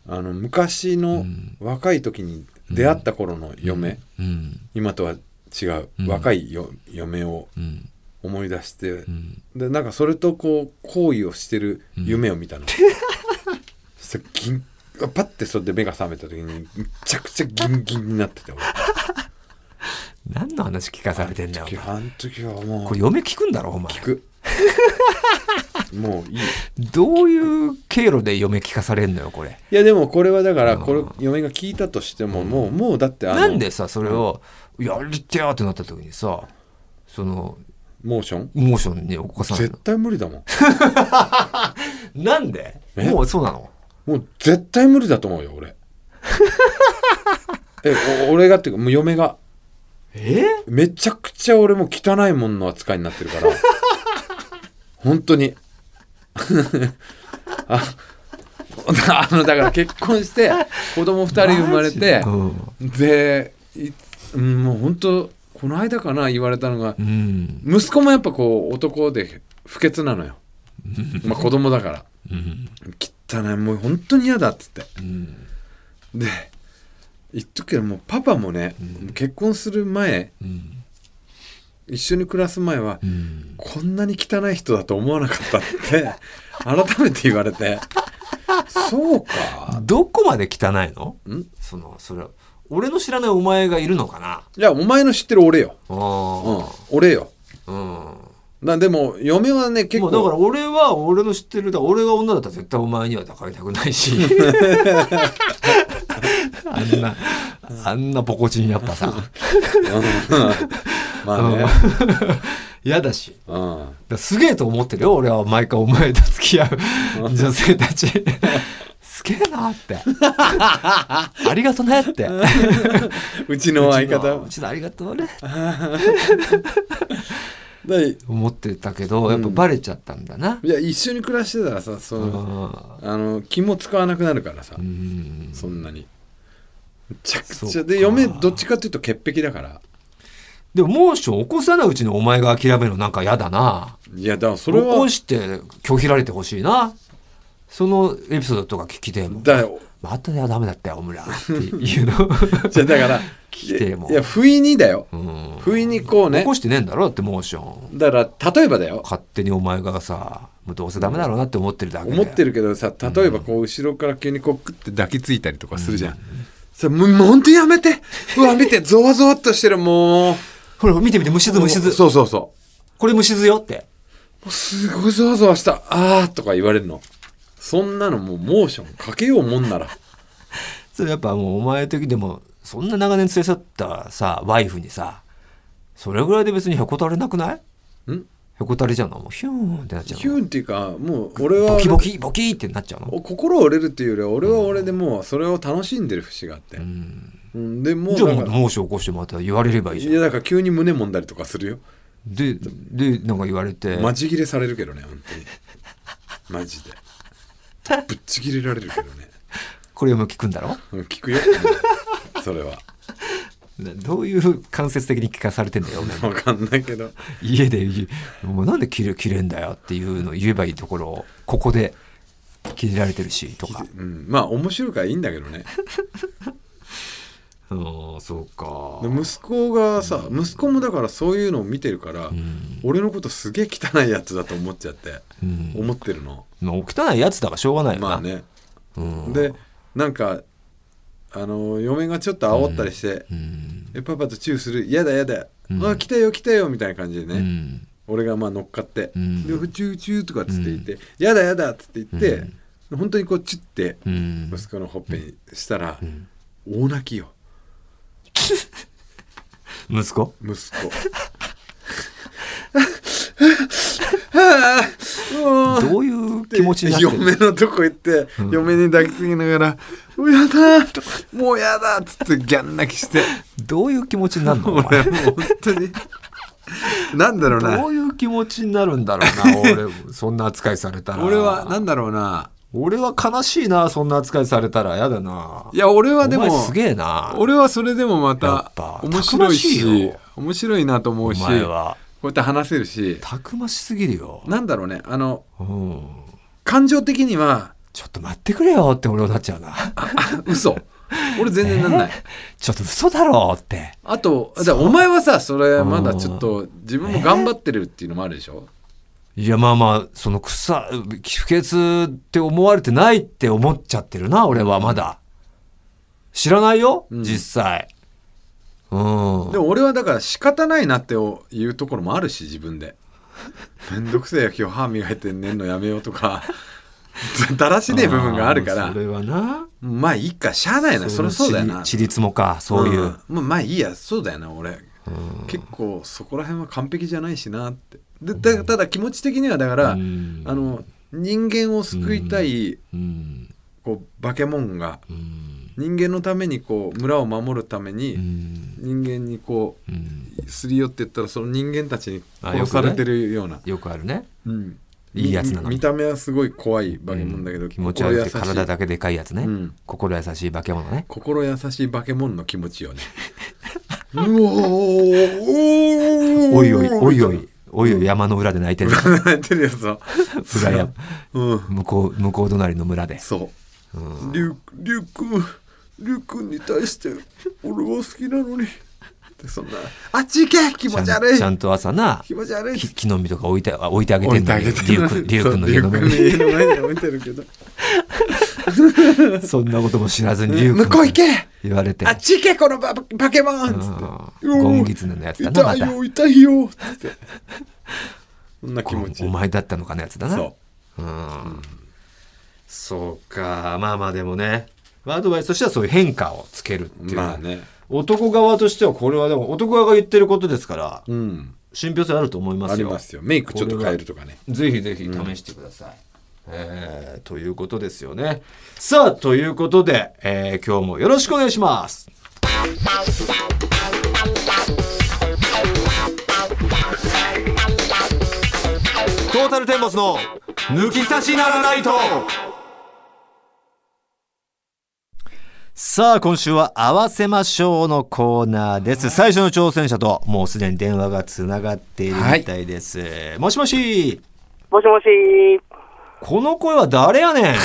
[SPEAKER 2] あの昔
[SPEAKER 1] う
[SPEAKER 2] の
[SPEAKER 1] ん
[SPEAKER 2] 若い時に出会った頃の嫁、
[SPEAKER 1] うん
[SPEAKER 2] 今とは違う、
[SPEAKER 1] うん
[SPEAKER 2] 若いよ嫁を
[SPEAKER 1] うん
[SPEAKER 2] 思い出して、
[SPEAKER 1] うん
[SPEAKER 2] でなんかそれとこう行為をしてる夢を見たの、 そしたらギンパッてそれで目が覚めた時にめちゃくちゃギンギンになってて俺
[SPEAKER 1] 何の話聞かされてんだよお前
[SPEAKER 2] あの時はも
[SPEAKER 1] これ
[SPEAKER 2] う
[SPEAKER 1] 嫁聞くんだろお前
[SPEAKER 2] 聞くもういいい
[SPEAKER 1] どういう経路で嫁聞かされんのよこれ
[SPEAKER 2] やでもこれはだから
[SPEAKER 1] うん
[SPEAKER 2] これ嫁が聞いたとしてももうもうだってあの
[SPEAKER 1] なんでさそれをやりてやってなった時にさその
[SPEAKER 2] モーション
[SPEAKER 1] モーションに起こさない
[SPEAKER 2] 絶
[SPEAKER 1] の
[SPEAKER 2] 対無理だもん
[SPEAKER 1] なんで
[SPEAKER 2] え
[SPEAKER 1] もうそうなの
[SPEAKER 2] もう絶対無理だと思うよ俺えお俺がっていうかもう嫁が
[SPEAKER 1] え
[SPEAKER 2] めちゃくちゃ俺もう汚いもんの扱いになってるから本当に あ あのだから結婚して子供2人生まれて
[SPEAKER 1] うん
[SPEAKER 2] でいうんもう本当この間かな言われたのが
[SPEAKER 1] うん
[SPEAKER 2] 息子もやっぱこう男で不潔なのよまあ子供だから
[SPEAKER 1] うん
[SPEAKER 2] 汚いもう本当に嫌だっつって
[SPEAKER 1] うん
[SPEAKER 2] で言っとくけどもうパパもね、結婚する前
[SPEAKER 1] うん
[SPEAKER 2] 一緒に暮らす前は、
[SPEAKER 1] うん
[SPEAKER 2] こんなに汚い人だと思わなかったって 改めて言われてそうか
[SPEAKER 1] どこまで汚いの
[SPEAKER 2] んい
[SPEAKER 1] そのそれ俺の知らないお前がいるのかな
[SPEAKER 2] やお前の知ってる俺よ、うん
[SPEAKER 1] あ、
[SPEAKER 2] 俺よ
[SPEAKER 1] あうん、
[SPEAKER 2] なでも嫁はね結
[SPEAKER 1] も
[SPEAKER 2] 構
[SPEAKER 1] うだから俺は俺の知ってるだ俺が女だったら絶対お前には抱かれたくないし あんなあんなボコチンやっぱさ
[SPEAKER 2] うんまあね、
[SPEAKER 1] 嫌だし
[SPEAKER 2] うん
[SPEAKER 1] だからすげえと思ってるよ俺は毎回お前と付き合う女性たち すげえなって ありがとねって
[SPEAKER 2] うちの相方
[SPEAKER 1] うちのありがとうね
[SPEAKER 2] だい
[SPEAKER 1] 思ってたけどやっぱバレちゃったんだな、
[SPEAKER 2] や一緒に暮らしてたらさその
[SPEAKER 1] あ
[SPEAKER 2] あの気も使わなくなるからさ
[SPEAKER 1] ーうん
[SPEAKER 2] そんなにめちゃくち
[SPEAKER 1] そ
[SPEAKER 2] ゃ
[SPEAKER 1] っ
[SPEAKER 2] で
[SPEAKER 1] か
[SPEAKER 2] 嫁どっちかっていうと潔癖だから
[SPEAKER 1] でもモーション起こさないうちにお前が諦めるのなんか嫌だない
[SPEAKER 2] やだからそ
[SPEAKER 1] 起
[SPEAKER 2] れは
[SPEAKER 1] こして拒否られてほしいなそのエピソードとか聞きてえもん
[SPEAKER 2] だよ
[SPEAKER 1] またやダメだったよオムラっていうの
[SPEAKER 2] じゃあ だから
[SPEAKER 1] 来ても
[SPEAKER 2] いや不意にだよ
[SPEAKER 1] うん
[SPEAKER 2] 不意にこう
[SPEAKER 1] 起
[SPEAKER 2] ね
[SPEAKER 1] こしてねえんだろだってモーション
[SPEAKER 2] だから例えばだよ
[SPEAKER 1] 勝手にお前がさもうどうせダメだろうなって思ってるだけで
[SPEAKER 2] 思って
[SPEAKER 1] る
[SPEAKER 2] るけどさ例えばこう後ろから急にこうクッて抱きついたりとかするじゃんさもうもうほんとやめてうわ見てゾワゾワっとしてるもう
[SPEAKER 1] ほら見てみて虫図虫図
[SPEAKER 2] そうそうそう
[SPEAKER 1] これ虫図よって
[SPEAKER 2] もうすごいゾワゾワしたあーとか言われるのそんなのもうモーションかけようもんなら
[SPEAKER 1] それやっぱもうお前の時でもそんな長年連れ添ったさワイフにさそれぐらいで別にへこたれなくない
[SPEAKER 2] ん
[SPEAKER 1] へこたれちゃうのもうヒューンってなっちゃ
[SPEAKER 2] ヒ
[SPEAKER 1] うの
[SPEAKER 2] ューンっていうかもう俺は
[SPEAKER 1] ボキボキボキってなっちゃうの
[SPEAKER 2] お心折れるっていうよりは俺は俺でもうそれを楽しんでる節があって、
[SPEAKER 1] うん
[SPEAKER 2] うん、でもう
[SPEAKER 1] じゃあ
[SPEAKER 2] だ
[SPEAKER 1] も
[SPEAKER 2] か
[SPEAKER 1] う
[SPEAKER 2] ら
[SPEAKER 1] 猛暑起こしてまた言われればいいじゃ
[SPEAKER 2] い
[SPEAKER 1] ん
[SPEAKER 2] やだから急に胸揉んだりとかするよ
[SPEAKER 1] ででなんか言われて
[SPEAKER 2] マジギレされるけどね本当にマジでぶっちぎれられるけどね
[SPEAKER 1] これも聞くんだろ
[SPEAKER 2] うん聞くよそれは
[SPEAKER 1] などういう間接的に聞かされてんだよお前
[SPEAKER 2] 分かんないけど
[SPEAKER 1] 家で言う「もうなんで切れ切れんだよ」っていうのを言えばいいところをここで切れられてるしとか
[SPEAKER 2] うん、 まあ面白いからいいんだけどね
[SPEAKER 1] うんそうか
[SPEAKER 2] で息子がさ息子もだからそういうのを見てるから、
[SPEAKER 1] うん、
[SPEAKER 2] 俺のことすげえ汚いやつだと思っちゃって
[SPEAKER 1] うん
[SPEAKER 2] 思ってるの
[SPEAKER 1] まあ、汚いやつだからしょうがないよな、
[SPEAKER 2] まあね
[SPEAKER 1] うん、
[SPEAKER 2] でなんかあの嫁がちょっと煽ったりして
[SPEAKER 1] うん
[SPEAKER 2] 「えパパとチューするやだやだ、
[SPEAKER 1] うん
[SPEAKER 2] あ来たよ来たよ」みたいな感じでね、
[SPEAKER 1] うん
[SPEAKER 2] 俺がまあ乗っかって「
[SPEAKER 1] うん
[SPEAKER 2] でチューチュー」とかっつって言って「やだやだ」っつって言って、本当にこうチュッて
[SPEAKER 1] うん
[SPEAKER 2] 息子のほっぺにしたら、
[SPEAKER 1] ん
[SPEAKER 2] 大泣きよ
[SPEAKER 1] 息子
[SPEAKER 2] 息子。ああもう
[SPEAKER 1] どういう気持ちになってる
[SPEAKER 2] 嫁のとこ行って、嫁に抱きつきながら「もうやだーもうやだ」っつってギャン泣きして
[SPEAKER 1] どういう気持ちになるのお前
[SPEAKER 2] 俺もう本当になんだろう
[SPEAKER 1] ど
[SPEAKER 2] な
[SPEAKER 1] ういう気持ちになるんだろ うな俺そんな扱いされたら
[SPEAKER 2] 俺はなんだろうな
[SPEAKER 1] 俺は悲しいなそんな扱いされたらやだない
[SPEAKER 2] や俺はで
[SPEAKER 1] お
[SPEAKER 2] も
[SPEAKER 1] 前すげえな
[SPEAKER 2] 俺はそれでもまた
[SPEAKER 1] やっぱ
[SPEAKER 2] 面白いした
[SPEAKER 1] くましいよ
[SPEAKER 2] 面白いなと思
[SPEAKER 1] お
[SPEAKER 2] うしこ
[SPEAKER 1] 前
[SPEAKER 2] う
[SPEAKER 1] は
[SPEAKER 2] やって話せるした
[SPEAKER 1] くましすぎるよ、
[SPEAKER 2] なんだろうねあの
[SPEAKER 1] うん、
[SPEAKER 2] 感情的には
[SPEAKER 1] ちょっと待ってくれよって俺はなっちゃうな
[SPEAKER 2] あ嘘俺全然なんない。
[SPEAKER 1] ちょっと嘘だろうって
[SPEAKER 2] あとだからお前はさそれまだちょっと自分も頑張ってるっていうのもあるでしょ、
[SPEAKER 1] いやまあまあその草不潔って思われてないって思っちゃってるな俺はまだ知らないよ、
[SPEAKER 2] うん
[SPEAKER 1] 実際うん
[SPEAKER 2] でも俺はだから仕方ないなっていうところもあるし自分でめんどくせえよ今日歯磨いて寝んのやめようとか だらしねえ部分があるから
[SPEAKER 1] ーそれはな
[SPEAKER 2] まあいいかしゃあないなそりゃそうだよな
[SPEAKER 1] ちりつもかそういう、
[SPEAKER 2] んまあまあいいやそうだよな俺
[SPEAKER 1] うん
[SPEAKER 2] 結構そこら辺は完璧じゃないしなってでたただ気持ち的にはだから、
[SPEAKER 1] うん
[SPEAKER 2] あの人間を救いたい、
[SPEAKER 1] うん
[SPEAKER 2] こうバケモンが
[SPEAKER 1] うん
[SPEAKER 2] 人間のためにこう村を守るため
[SPEAKER 1] う
[SPEAKER 2] に
[SPEAKER 1] ん
[SPEAKER 2] 人間にこ
[SPEAKER 1] うん
[SPEAKER 2] うすり寄ってったらその人間たちに
[SPEAKER 1] あ
[SPEAKER 2] 殺
[SPEAKER 1] よ
[SPEAKER 2] さ
[SPEAKER 1] くね
[SPEAKER 2] れてるような、
[SPEAKER 1] よくあるね
[SPEAKER 2] うん、
[SPEAKER 1] いいやつなのに
[SPEAKER 2] み見た目はすごい怖いバケモンだけど、
[SPEAKER 1] うん気持ち悪くて
[SPEAKER 2] 心優しい
[SPEAKER 1] 体だけでかいやつね、
[SPEAKER 2] うん
[SPEAKER 1] 心優しい化け物ね
[SPEAKER 2] 心優しいバケモンの気持 ちよねうおー
[SPEAKER 1] おいおいおいお
[SPEAKER 2] み
[SPEAKER 1] いおいおい山の裏で泣いてる
[SPEAKER 2] たいな泣いてるやつは
[SPEAKER 1] 裏や
[SPEAKER 2] うん
[SPEAKER 1] 向こう向こう隣の村で、
[SPEAKER 2] そう
[SPEAKER 1] うん
[SPEAKER 2] リュウリュウ君リュウ君に対して俺は好きなのにでそんな「あっち行け気持ち悪
[SPEAKER 1] ちゃ
[SPEAKER 2] い
[SPEAKER 1] んちゃんと朝な
[SPEAKER 2] 気持ち悪い」
[SPEAKER 1] 木木の実とか置いてあ置いてあげてんのにリュウ
[SPEAKER 2] そう
[SPEAKER 1] 君リュウ君の家の
[SPEAKER 2] リ
[SPEAKER 1] 上
[SPEAKER 2] ュウ君の家の前に置いてるけど
[SPEAKER 1] に そんなことも知らずにリュウ君
[SPEAKER 2] 向こう行け
[SPEAKER 1] 言われて
[SPEAKER 2] あっち行けこのババケモンつって
[SPEAKER 1] うんゴンギツネのやつだなま
[SPEAKER 2] 痛い
[SPEAKER 1] た
[SPEAKER 2] よ痛いよつってそんな気持ちい
[SPEAKER 1] お
[SPEAKER 2] い
[SPEAKER 1] 前だったのかのやつだな
[SPEAKER 2] そう
[SPEAKER 1] うんそうかまあまあでもねアドバイスとしてはそういう変化をつけるっていうのは
[SPEAKER 2] まあね
[SPEAKER 1] 男側としてはこれはでも男側が言ってることですから
[SPEAKER 2] うん
[SPEAKER 1] 信憑性あると思いますよ
[SPEAKER 2] ありますよメイクちょっと変えるとかね
[SPEAKER 1] ぜひぜひ試してください、えーということですよねさあということで、えー今日もよろしくお願いしますトータルテンボスの抜き差しならないとさあ今週は合わせましょうのコーナーです最初の挑戦者ともうすでに電話がつながっているみたいです、もしもし
[SPEAKER 3] もしもし、
[SPEAKER 1] この声は誰や ねん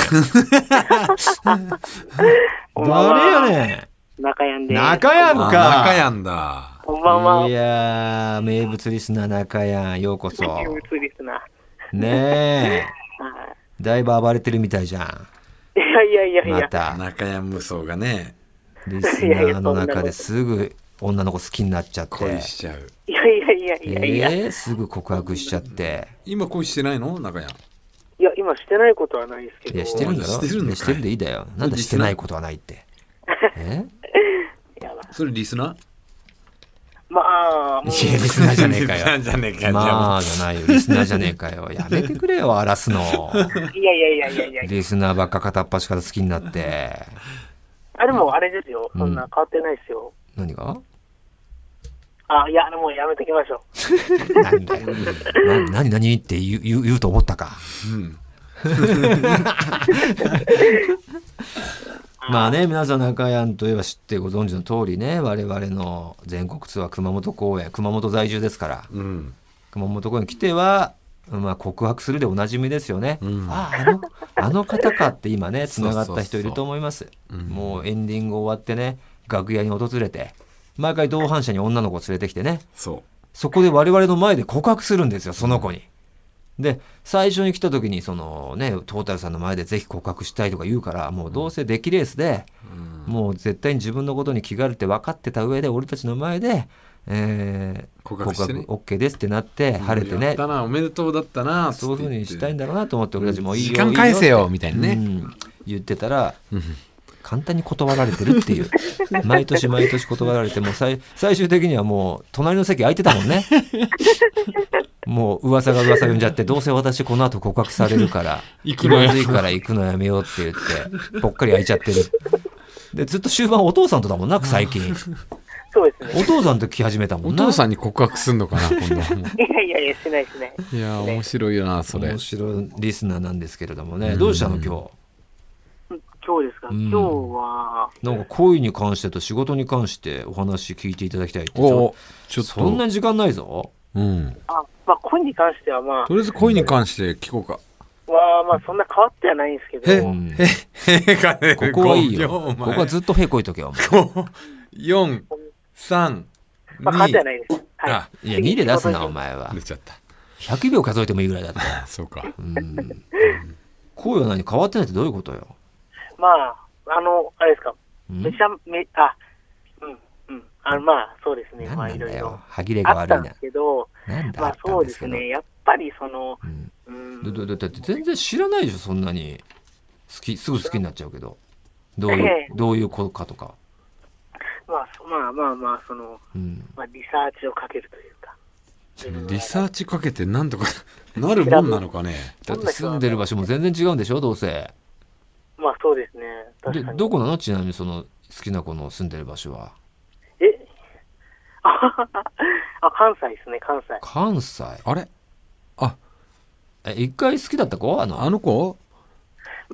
[SPEAKER 3] こんばんは
[SPEAKER 1] 誰やね
[SPEAKER 3] 中やん
[SPEAKER 1] ん
[SPEAKER 3] です。
[SPEAKER 1] 中やんか
[SPEAKER 2] 中やんだ
[SPEAKER 3] こんばんは。
[SPEAKER 1] いやー、名物リスナー中やん、ようこそ。
[SPEAKER 3] 名物リスナー。
[SPEAKER 1] ねえ、
[SPEAKER 3] は
[SPEAKER 1] だいぶ暴れてるみたいじゃん。
[SPEAKER 3] いいやいやいやいや、
[SPEAKER 1] また、
[SPEAKER 2] 中や無双がね
[SPEAKER 1] リスナーの中ですぐ女の子好きになっちゃって。
[SPEAKER 2] 恋しちゃう
[SPEAKER 3] いやいやいやいやいや、
[SPEAKER 1] えーすぐ告白しちゃって。
[SPEAKER 2] 今恋してないの中やん
[SPEAKER 3] いや、今してないことはないですけ
[SPEAKER 1] い
[SPEAKER 3] ど、
[SPEAKER 1] や、してるんだろ
[SPEAKER 2] してるんかい
[SPEAKER 1] いやしてるんでいいだよ。なんだしてないことはないって。 え
[SPEAKER 2] それリスナ
[SPEAKER 3] まあ、もう、
[SPEAKER 1] いや、リスナーじゃねえか
[SPEAKER 2] リスナー
[SPEAKER 1] よ。
[SPEAKER 2] じゃねえかよ
[SPEAKER 1] まあ、じゃないよ。リスナーじゃねえかよ。やめてくれよ、荒らすの。
[SPEAKER 3] いやいやいやいやいや
[SPEAKER 1] リスナーばっか片っ端から好きにな って。
[SPEAKER 3] あ、でもあれですよ、そんな変わってないですよ。
[SPEAKER 1] 何が
[SPEAKER 3] あ、いや、もうやめときましょ
[SPEAKER 1] なんだよ。な、何何って言う、言う、言うと思ったか。
[SPEAKER 2] うん
[SPEAKER 1] まあね、皆さん中山といえば知ってご存知の通りね、我々の全国ツアー熊本公演、熊本在住ですから、
[SPEAKER 2] うん
[SPEAKER 1] 熊本公演来ては、まあ告白するでおなじみですよね。
[SPEAKER 2] うん
[SPEAKER 1] ああ、あの、あの方かって今 ね、
[SPEAKER 2] そうそう
[SPEAKER 1] 繋
[SPEAKER 2] そう
[SPEAKER 1] がった人いると思います。
[SPEAKER 2] うん
[SPEAKER 1] もうエンディング終わってね、楽屋に訪れて、毎回同伴者に女の子を連れてきてね、
[SPEAKER 2] そ
[SPEAKER 1] そこで我々の前で告白するんですよ、その子に。で、最初に来た時に、そのね、トータルさんの前でぜひ告白したいとか言うから、もうどうせ出来レースで、
[SPEAKER 2] う、うん、
[SPEAKER 1] もう絶対に自分のことに気があるって分かってた上で、俺たちの前で、えー
[SPEAKER 2] 告白してね
[SPEAKER 1] 告白 OK ですってなって、晴れて
[SPEAKER 2] や
[SPEAKER 1] ね
[SPEAKER 2] っ、たなおめでとうだったな
[SPEAKER 1] そういうふうにしたいん
[SPEAKER 2] だ
[SPEAKER 1] だろうなと思って、俺たちもいいよ。
[SPEAKER 2] 時間
[SPEAKER 1] いい
[SPEAKER 2] 返せよみたい
[SPEAKER 1] って
[SPEAKER 2] なね
[SPEAKER 1] うん言ってたら、簡単に断られてるって いう。毎年毎年断られて、もう最最終的にはもう隣の席空いてたもん ね。もう噂が噂呼んじゃって、どうせ私この後告白されるから、
[SPEAKER 2] 行
[SPEAKER 1] 気
[SPEAKER 2] くの
[SPEAKER 1] ま
[SPEAKER 2] や
[SPEAKER 1] ずいから行くのやめようって言って、ぽっかり空いちゃってる。で、ずっと終盤お父さんとだもんな、最 近。
[SPEAKER 3] う。そうです
[SPEAKER 1] お
[SPEAKER 3] ね。
[SPEAKER 1] 父さんと来始めたも
[SPEAKER 2] お
[SPEAKER 1] んな。
[SPEAKER 2] 父さんに告白すんのかな今度
[SPEAKER 3] いやいやいや、しないしない。
[SPEAKER 2] いやー面白いよなそれ
[SPEAKER 1] 面白いリスナーなんですけれどもね、どうしたの今
[SPEAKER 3] 今日ですか、
[SPEAKER 1] うん
[SPEAKER 3] 今日は、
[SPEAKER 1] 日。なんか恋に関してと仕事に関してお話聞いていただきたいって。
[SPEAKER 2] おおちょっと
[SPEAKER 1] そんなに時間ないぞ。
[SPEAKER 2] うん
[SPEAKER 3] あ、まあ、恋に関してはま
[SPEAKER 2] とりあえず恋に関して聞こうか
[SPEAKER 3] あ、は、まあ、そんな変わってはないんですけ
[SPEAKER 1] う
[SPEAKER 3] ど、
[SPEAKER 1] ん
[SPEAKER 2] へかね
[SPEAKER 1] ここはいいよ。ここは
[SPEAKER 2] こ
[SPEAKER 1] ずっとへこいとけよ。
[SPEAKER 2] こ四三
[SPEAKER 3] まあ、変わってはないです。はい。
[SPEAKER 2] あ
[SPEAKER 1] お前いや、2で出すな、お前は
[SPEAKER 2] 出。ちゃった
[SPEAKER 1] 100秒数えてもいいぐらいだった。
[SPEAKER 2] そうか
[SPEAKER 1] うん。声は何変わってないってどういうことよ。
[SPEAKER 3] まあ、あの、あれですか、
[SPEAKER 1] うん
[SPEAKER 3] めちゃめ、あ、うん、うん。あの、まあ、そうですね。
[SPEAKER 1] 何
[SPEAKER 3] まあ、
[SPEAKER 1] ないん
[SPEAKER 3] ろい
[SPEAKER 1] だ
[SPEAKER 3] ろ
[SPEAKER 1] よ。。歯切れが
[SPEAKER 3] あっ
[SPEAKER 1] 悪
[SPEAKER 3] た
[SPEAKER 1] い
[SPEAKER 3] んで
[SPEAKER 1] な
[SPEAKER 3] す。けど、
[SPEAKER 1] なんだ
[SPEAKER 3] ま
[SPEAKER 1] あっ
[SPEAKER 3] あ、
[SPEAKER 1] た
[SPEAKER 3] そ
[SPEAKER 1] ん
[SPEAKER 3] う
[SPEAKER 1] で
[SPEAKER 3] ですす
[SPEAKER 1] けど。
[SPEAKER 3] ね。やっぱり、その、
[SPEAKER 1] うんだ
[SPEAKER 3] う
[SPEAKER 1] だ
[SPEAKER 3] ん、
[SPEAKER 1] だだって全然知らないでしょ、そんなに。好き、すぐ好きになっちゃうけど。どうい
[SPEAKER 3] え
[SPEAKER 1] う、どういう子かとか。
[SPEAKER 3] まあ、そまあまあまあ、その、
[SPEAKER 1] うん、
[SPEAKER 3] まあ、リサーチをかけるというか。
[SPEAKER 2] リサーチかけてなんとかなるもんなのかね
[SPEAKER 1] だって住んでる場所も全然違うんでしょどうせ
[SPEAKER 3] まあそうですね。
[SPEAKER 1] で
[SPEAKER 3] 確かに。
[SPEAKER 1] どこなのちなみにその好きな子の住んでる場所は
[SPEAKER 3] え あ、関西ですね、関西。
[SPEAKER 1] 関西
[SPEAKER 2] あれあ
[SPEAKER 1] え一回好きだった子あの
[SPEAKER 2] あの子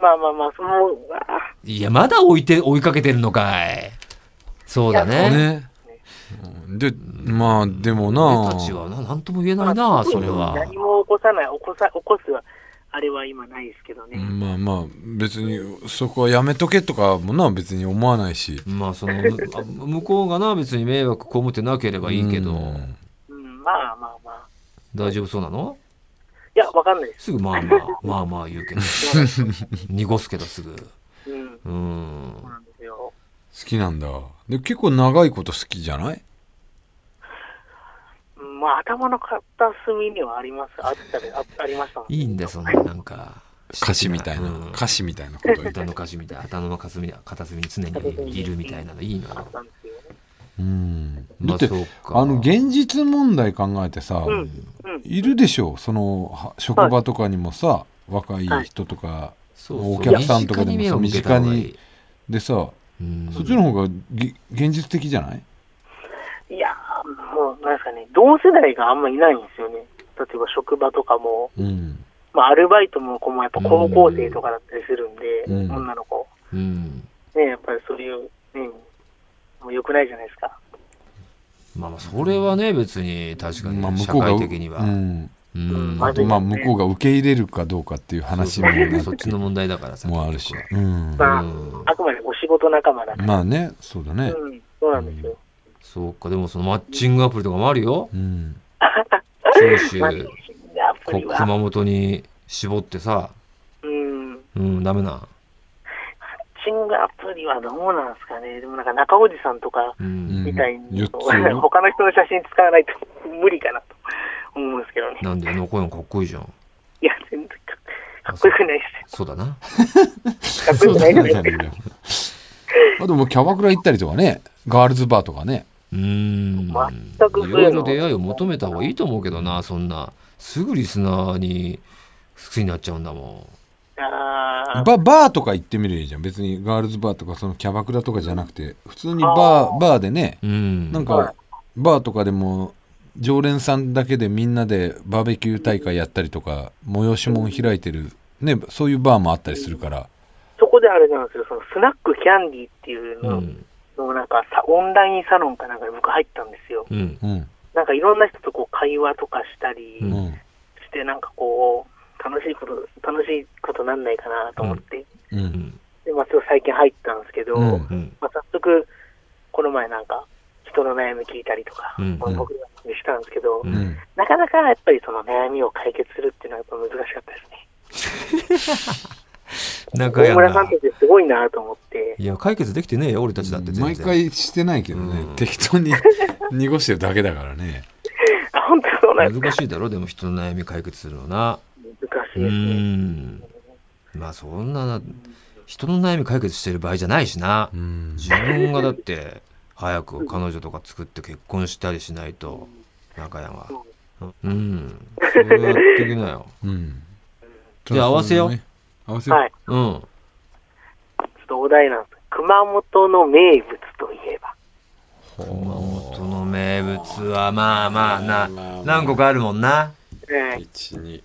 [SPEAKER 3] まあまあまあ、その、あ
[SPEAKER 1] いやまだ置いて追いかけてるのかいそうだね
[SPEAKER 2] ねうんでまあでもな
[SPEAKER 1] 俺たちはな何とも言え
[SPEAKER 3] ま
[SPEAKER 1] な
[SPEAKER 3] あ
[SPEAKER 1] いな
[SPEAKER 3] 特
[SPEAKER 1] そ
[SPEAKER 3] に
[SPEAKER 1] れは
[SPEAKER 3] 何も起こさない、起こさ、起こすは、あれは今ないですけどね。
[SPEAKER 2] まあまあ別にそこはやめとけとかもな別に思わないし
[SPEAKER 1] まあそのむ あ向こうがな別に迷惑被ってなければいいけ
[SPEAKER 2] う
[SPEAKER 1] ど
[SPEAKER 2] ん
[SPEAKER 3] うん、まあまあまあ。
[SPEAKER 1] 大丈夫そうなの
[SPEAKER 3] いや、わかんないです。
[SPEAKER 1] すぐまあまあまあまあ言うけど
[SPEAKER 3] そうなんです
[SPEAKER 1] 濁すけどすぐ
[SPEAKER 3] うん、
[SPEAKER 1] うん
[SPEAKER 3] そうなんですよ。
[SPEAKER 2] 好きなんだで結構長いこと好きじゃない
[SPEAKER 3] うんまあ、頭の片隅にはあります。あったり、あありましたもん。
[SPEAKER 1] いいんだよそんななんか
[SPEAKER 2] 歌詞みたいな
[SPEAKER 1] うん
[SPEAKER 2] 歌詞みたいなこと 言って
[SPEAKER 1] 歌の歌詞みたいな頭の片隅に片隅に常にいるみたいなのいいな
[SPEAKER 3] あったんですよね。
[SPEAKER 2] うんだ
[SPEAKER 1] ま
[SPEAKER 2] っ
[SPEAKER 1] あ
[SPEAKER 2] て
[SPEAKER 1] そうか
[SPEAKER 2] あの現実問題考えてさ、
[SPEAKER 3] うん、うん。
[SPEAKER 2] いるでしょうそのは職場とかにもさ、若い人とか、
[SPEAKER 1] そうそう
[SPEAKER 2] お客さんとかで
[SPEAKER 1] 身
[SPEAKER 2] もさ
[SPEAKER 1] 近に目を向けた方がいい
[SPEAKER 2] 身近でさ、
[SPEAKER 1] うん
[SPEAKER 2] そっちの方がぎ現実的じゃない
[SPEAKER 3] いやー、もう、なんですかね、同世代があんまいないんですよね。例えば職場とかも、
[SPEAKER 2] うん
[SPEAKER 3] まあ、アルバイトの子もやっぱ高校生とかだったりするんで、
[SPEAKER 2] うん
[SPEAKER 3] 女の子。
[SPEAKER 1] うん
[SPEAKER 3] ね、やっぱりそういう、ね、もう良くないじゃないですか。
[SPEAKER 1] まあまあそれはね別に確かに、
[SPEAKER 2] まあ、向
[SPEAKER 1] 社
[SPEAKER 2] こうが
[SPEAKER 1] 会
[SPEAKER 2] う
[SPEAKER 1] 的には、
[SPEAKER 2] ん、
[SPEAKER 1] うん
[SPEAKER 2] あとまあ向こうが受け入れるかどうかっていう話もなって
[SPEAKER 1] そっちの問題だからさ
[SPEAKER 2] もあるし
[SPEAKER 1] 結、
[SPEAKER 2] うん、
[SPEAKER 3] まあ、
[SPEAKER 1] うん
[SPEAKER 3] あくまでお仕事仲間だから。
[SPEAKER 2] まあねそうだね、
[SPEAKER 3] うん、そうなんです
[SPEAKER 1] 局
[SPEAKER 3] よ。
[SPEAKER 1] はそうかでもそのマッチングアプリとかもあるよ
[SPEAKER 2] うん
[SPEAKER 1] 九州
[SPEAKER 3] まあ、アプ
[SPEAKER 1] こ
[SPEAKER 3] リは、
[SPEAKER 1] 熊本に絞ってさ
[SPEAKER 3] うん、マッ
[SPEAKER 1] うんダメな
[SPEAKER 3] チングアプリはどうなんですかね。でもなんか中おじさんとか
[SPEAKER 1] うん、
[SPEAKER 2] うん
[SPEAKER 3] みたいに、
[SPEAKER 2] 言ってるよ
[SPEAKER 3] 他の人の写真使わないと無理かなと思うんですけどね。
[SPEAKER 1] なんで残るのかっこいいじゃん
[SPEAKER 3] いや、全然かかっこよくないで
[SPEAKER 1] そうだな
[SPEAKER 3] す。かっこよくないです。
[SPEAKER 2] あともうキャバクラ行ったりとかねガールズバーとかね
[SPEAKER 1] うーん
[SPEAKER 3] 全く
[SPEAKER 1] い
[SPEAKER 3] そうい
[SPEAKER 1] ろ
[SPEAKER 3] うの
[SPEAKER 1] いろ出会いを求めた方がいいと思うけどなそんなすぐリスナーに好きになっちゃうんだも
[SPEAKER 3] あー
[SPEAKER 2] ババーとか行ってみるいいじゃん別にガールズバーとかそのキャバクラとかじゃなくて普通にバ
[SPEAKER 3] あ
[SPEAKER 2] ー
[SPEAKER 3] ー
[SPEAKER 2] バーでね
[SPEAKER 1] んうん
[SPEAKER 2] なん
[SPEAKER 3] は
[SPEAKER 2] かバーとかでも常連さんだけでみんなでバーベキュー大会やったりとか催し物開いてる、ね、そういうバーもあったりするから
[SPEAKER 3] そこであれなんですよ、そのスナックキャンディーっていう
[SPEAKER 1] う
[SPEAKER 3] の、
[SPEAKER 1] ん
[SPEAKER 3] のなんかさオンラインサロンかなんかに僕入ったんですよ。
[SPEAKER 1] うん
[SPEAKER 2] うん
[SPEAKER 3] なんかいろんな人とこう会話とかしたり
[SPEAKER 2] うん
[SPEAKER 1] う
[SPEAKER 3] して、なんかこう、楽しいこと、楽しいことなんないかなと思って、
[SPEAKER 2] う
[SPEAKER 1] うんん
[SPEAKER 3] で、まあ、ちょっと最近入ったんですけど、
[SPEAKER 2] うん
[SPEAKER 1] うん
[SPEAKER 3] まあ、早速、この前なんか、人の悩み聞いたりとか、
[SPEAKER 1] うん
[SPEAKER 3] まあ僕らにしたんですけ
[SPEAKER 1] う
[SPEAKER 3] ど、
[SPEAKER 2] うんん
[SPEAKER 3] なかなかやっぱりその悩みを解決するっていうのはやっぱ難しかったですね。
[SPEAKER 1] 仲
[SPEAKER 3] 大
[SPEAKER 1] や
[SPEAKER 3] 村さん
[SPEAKER 1] な
[SPEAKER 3] たちすごいなと思って、
[SPEAKER 1] いや解決できてねえよ俺たちだって全然
[SPEAKER 2] 毎回してないけどね、
[SPEAKER 1] うん
[SPEAKER 2] 適当に 濁してるだけだからね
[SPEAKER 3] あ、本当そうなんですか。
[SPEAKER 1] 難しいだろでも人の悩み解決するのな
[SPEAKER 3] 難し
[SPEAKER 1] う
[SPEAKER 3] いですね。
[SPEAKER 1] んまあそんなな人の悩み解決してる場合じゃないしな
[SPEAKER 2] うん
[SPEAKER 1] 自分がだって早く彼女とか作って結婚したりしないと中山はうんそれやっていけなよ
[SPEAKER 2] うん
[SPEAKER 1] じゃあ合わせよう
[SPEAKER 2] 合わせよう、
[SPEAKER 3] はい。
[SPEAKER 1] うん
[SPEAKER 3] ちょっとお題なんです。熊本の名物といえば。
[SPEAKER 1] 熊本の名物はまあまあな何個かあるもんな
[SPEAKER 3] ええ
[SPEAKER 2] 1212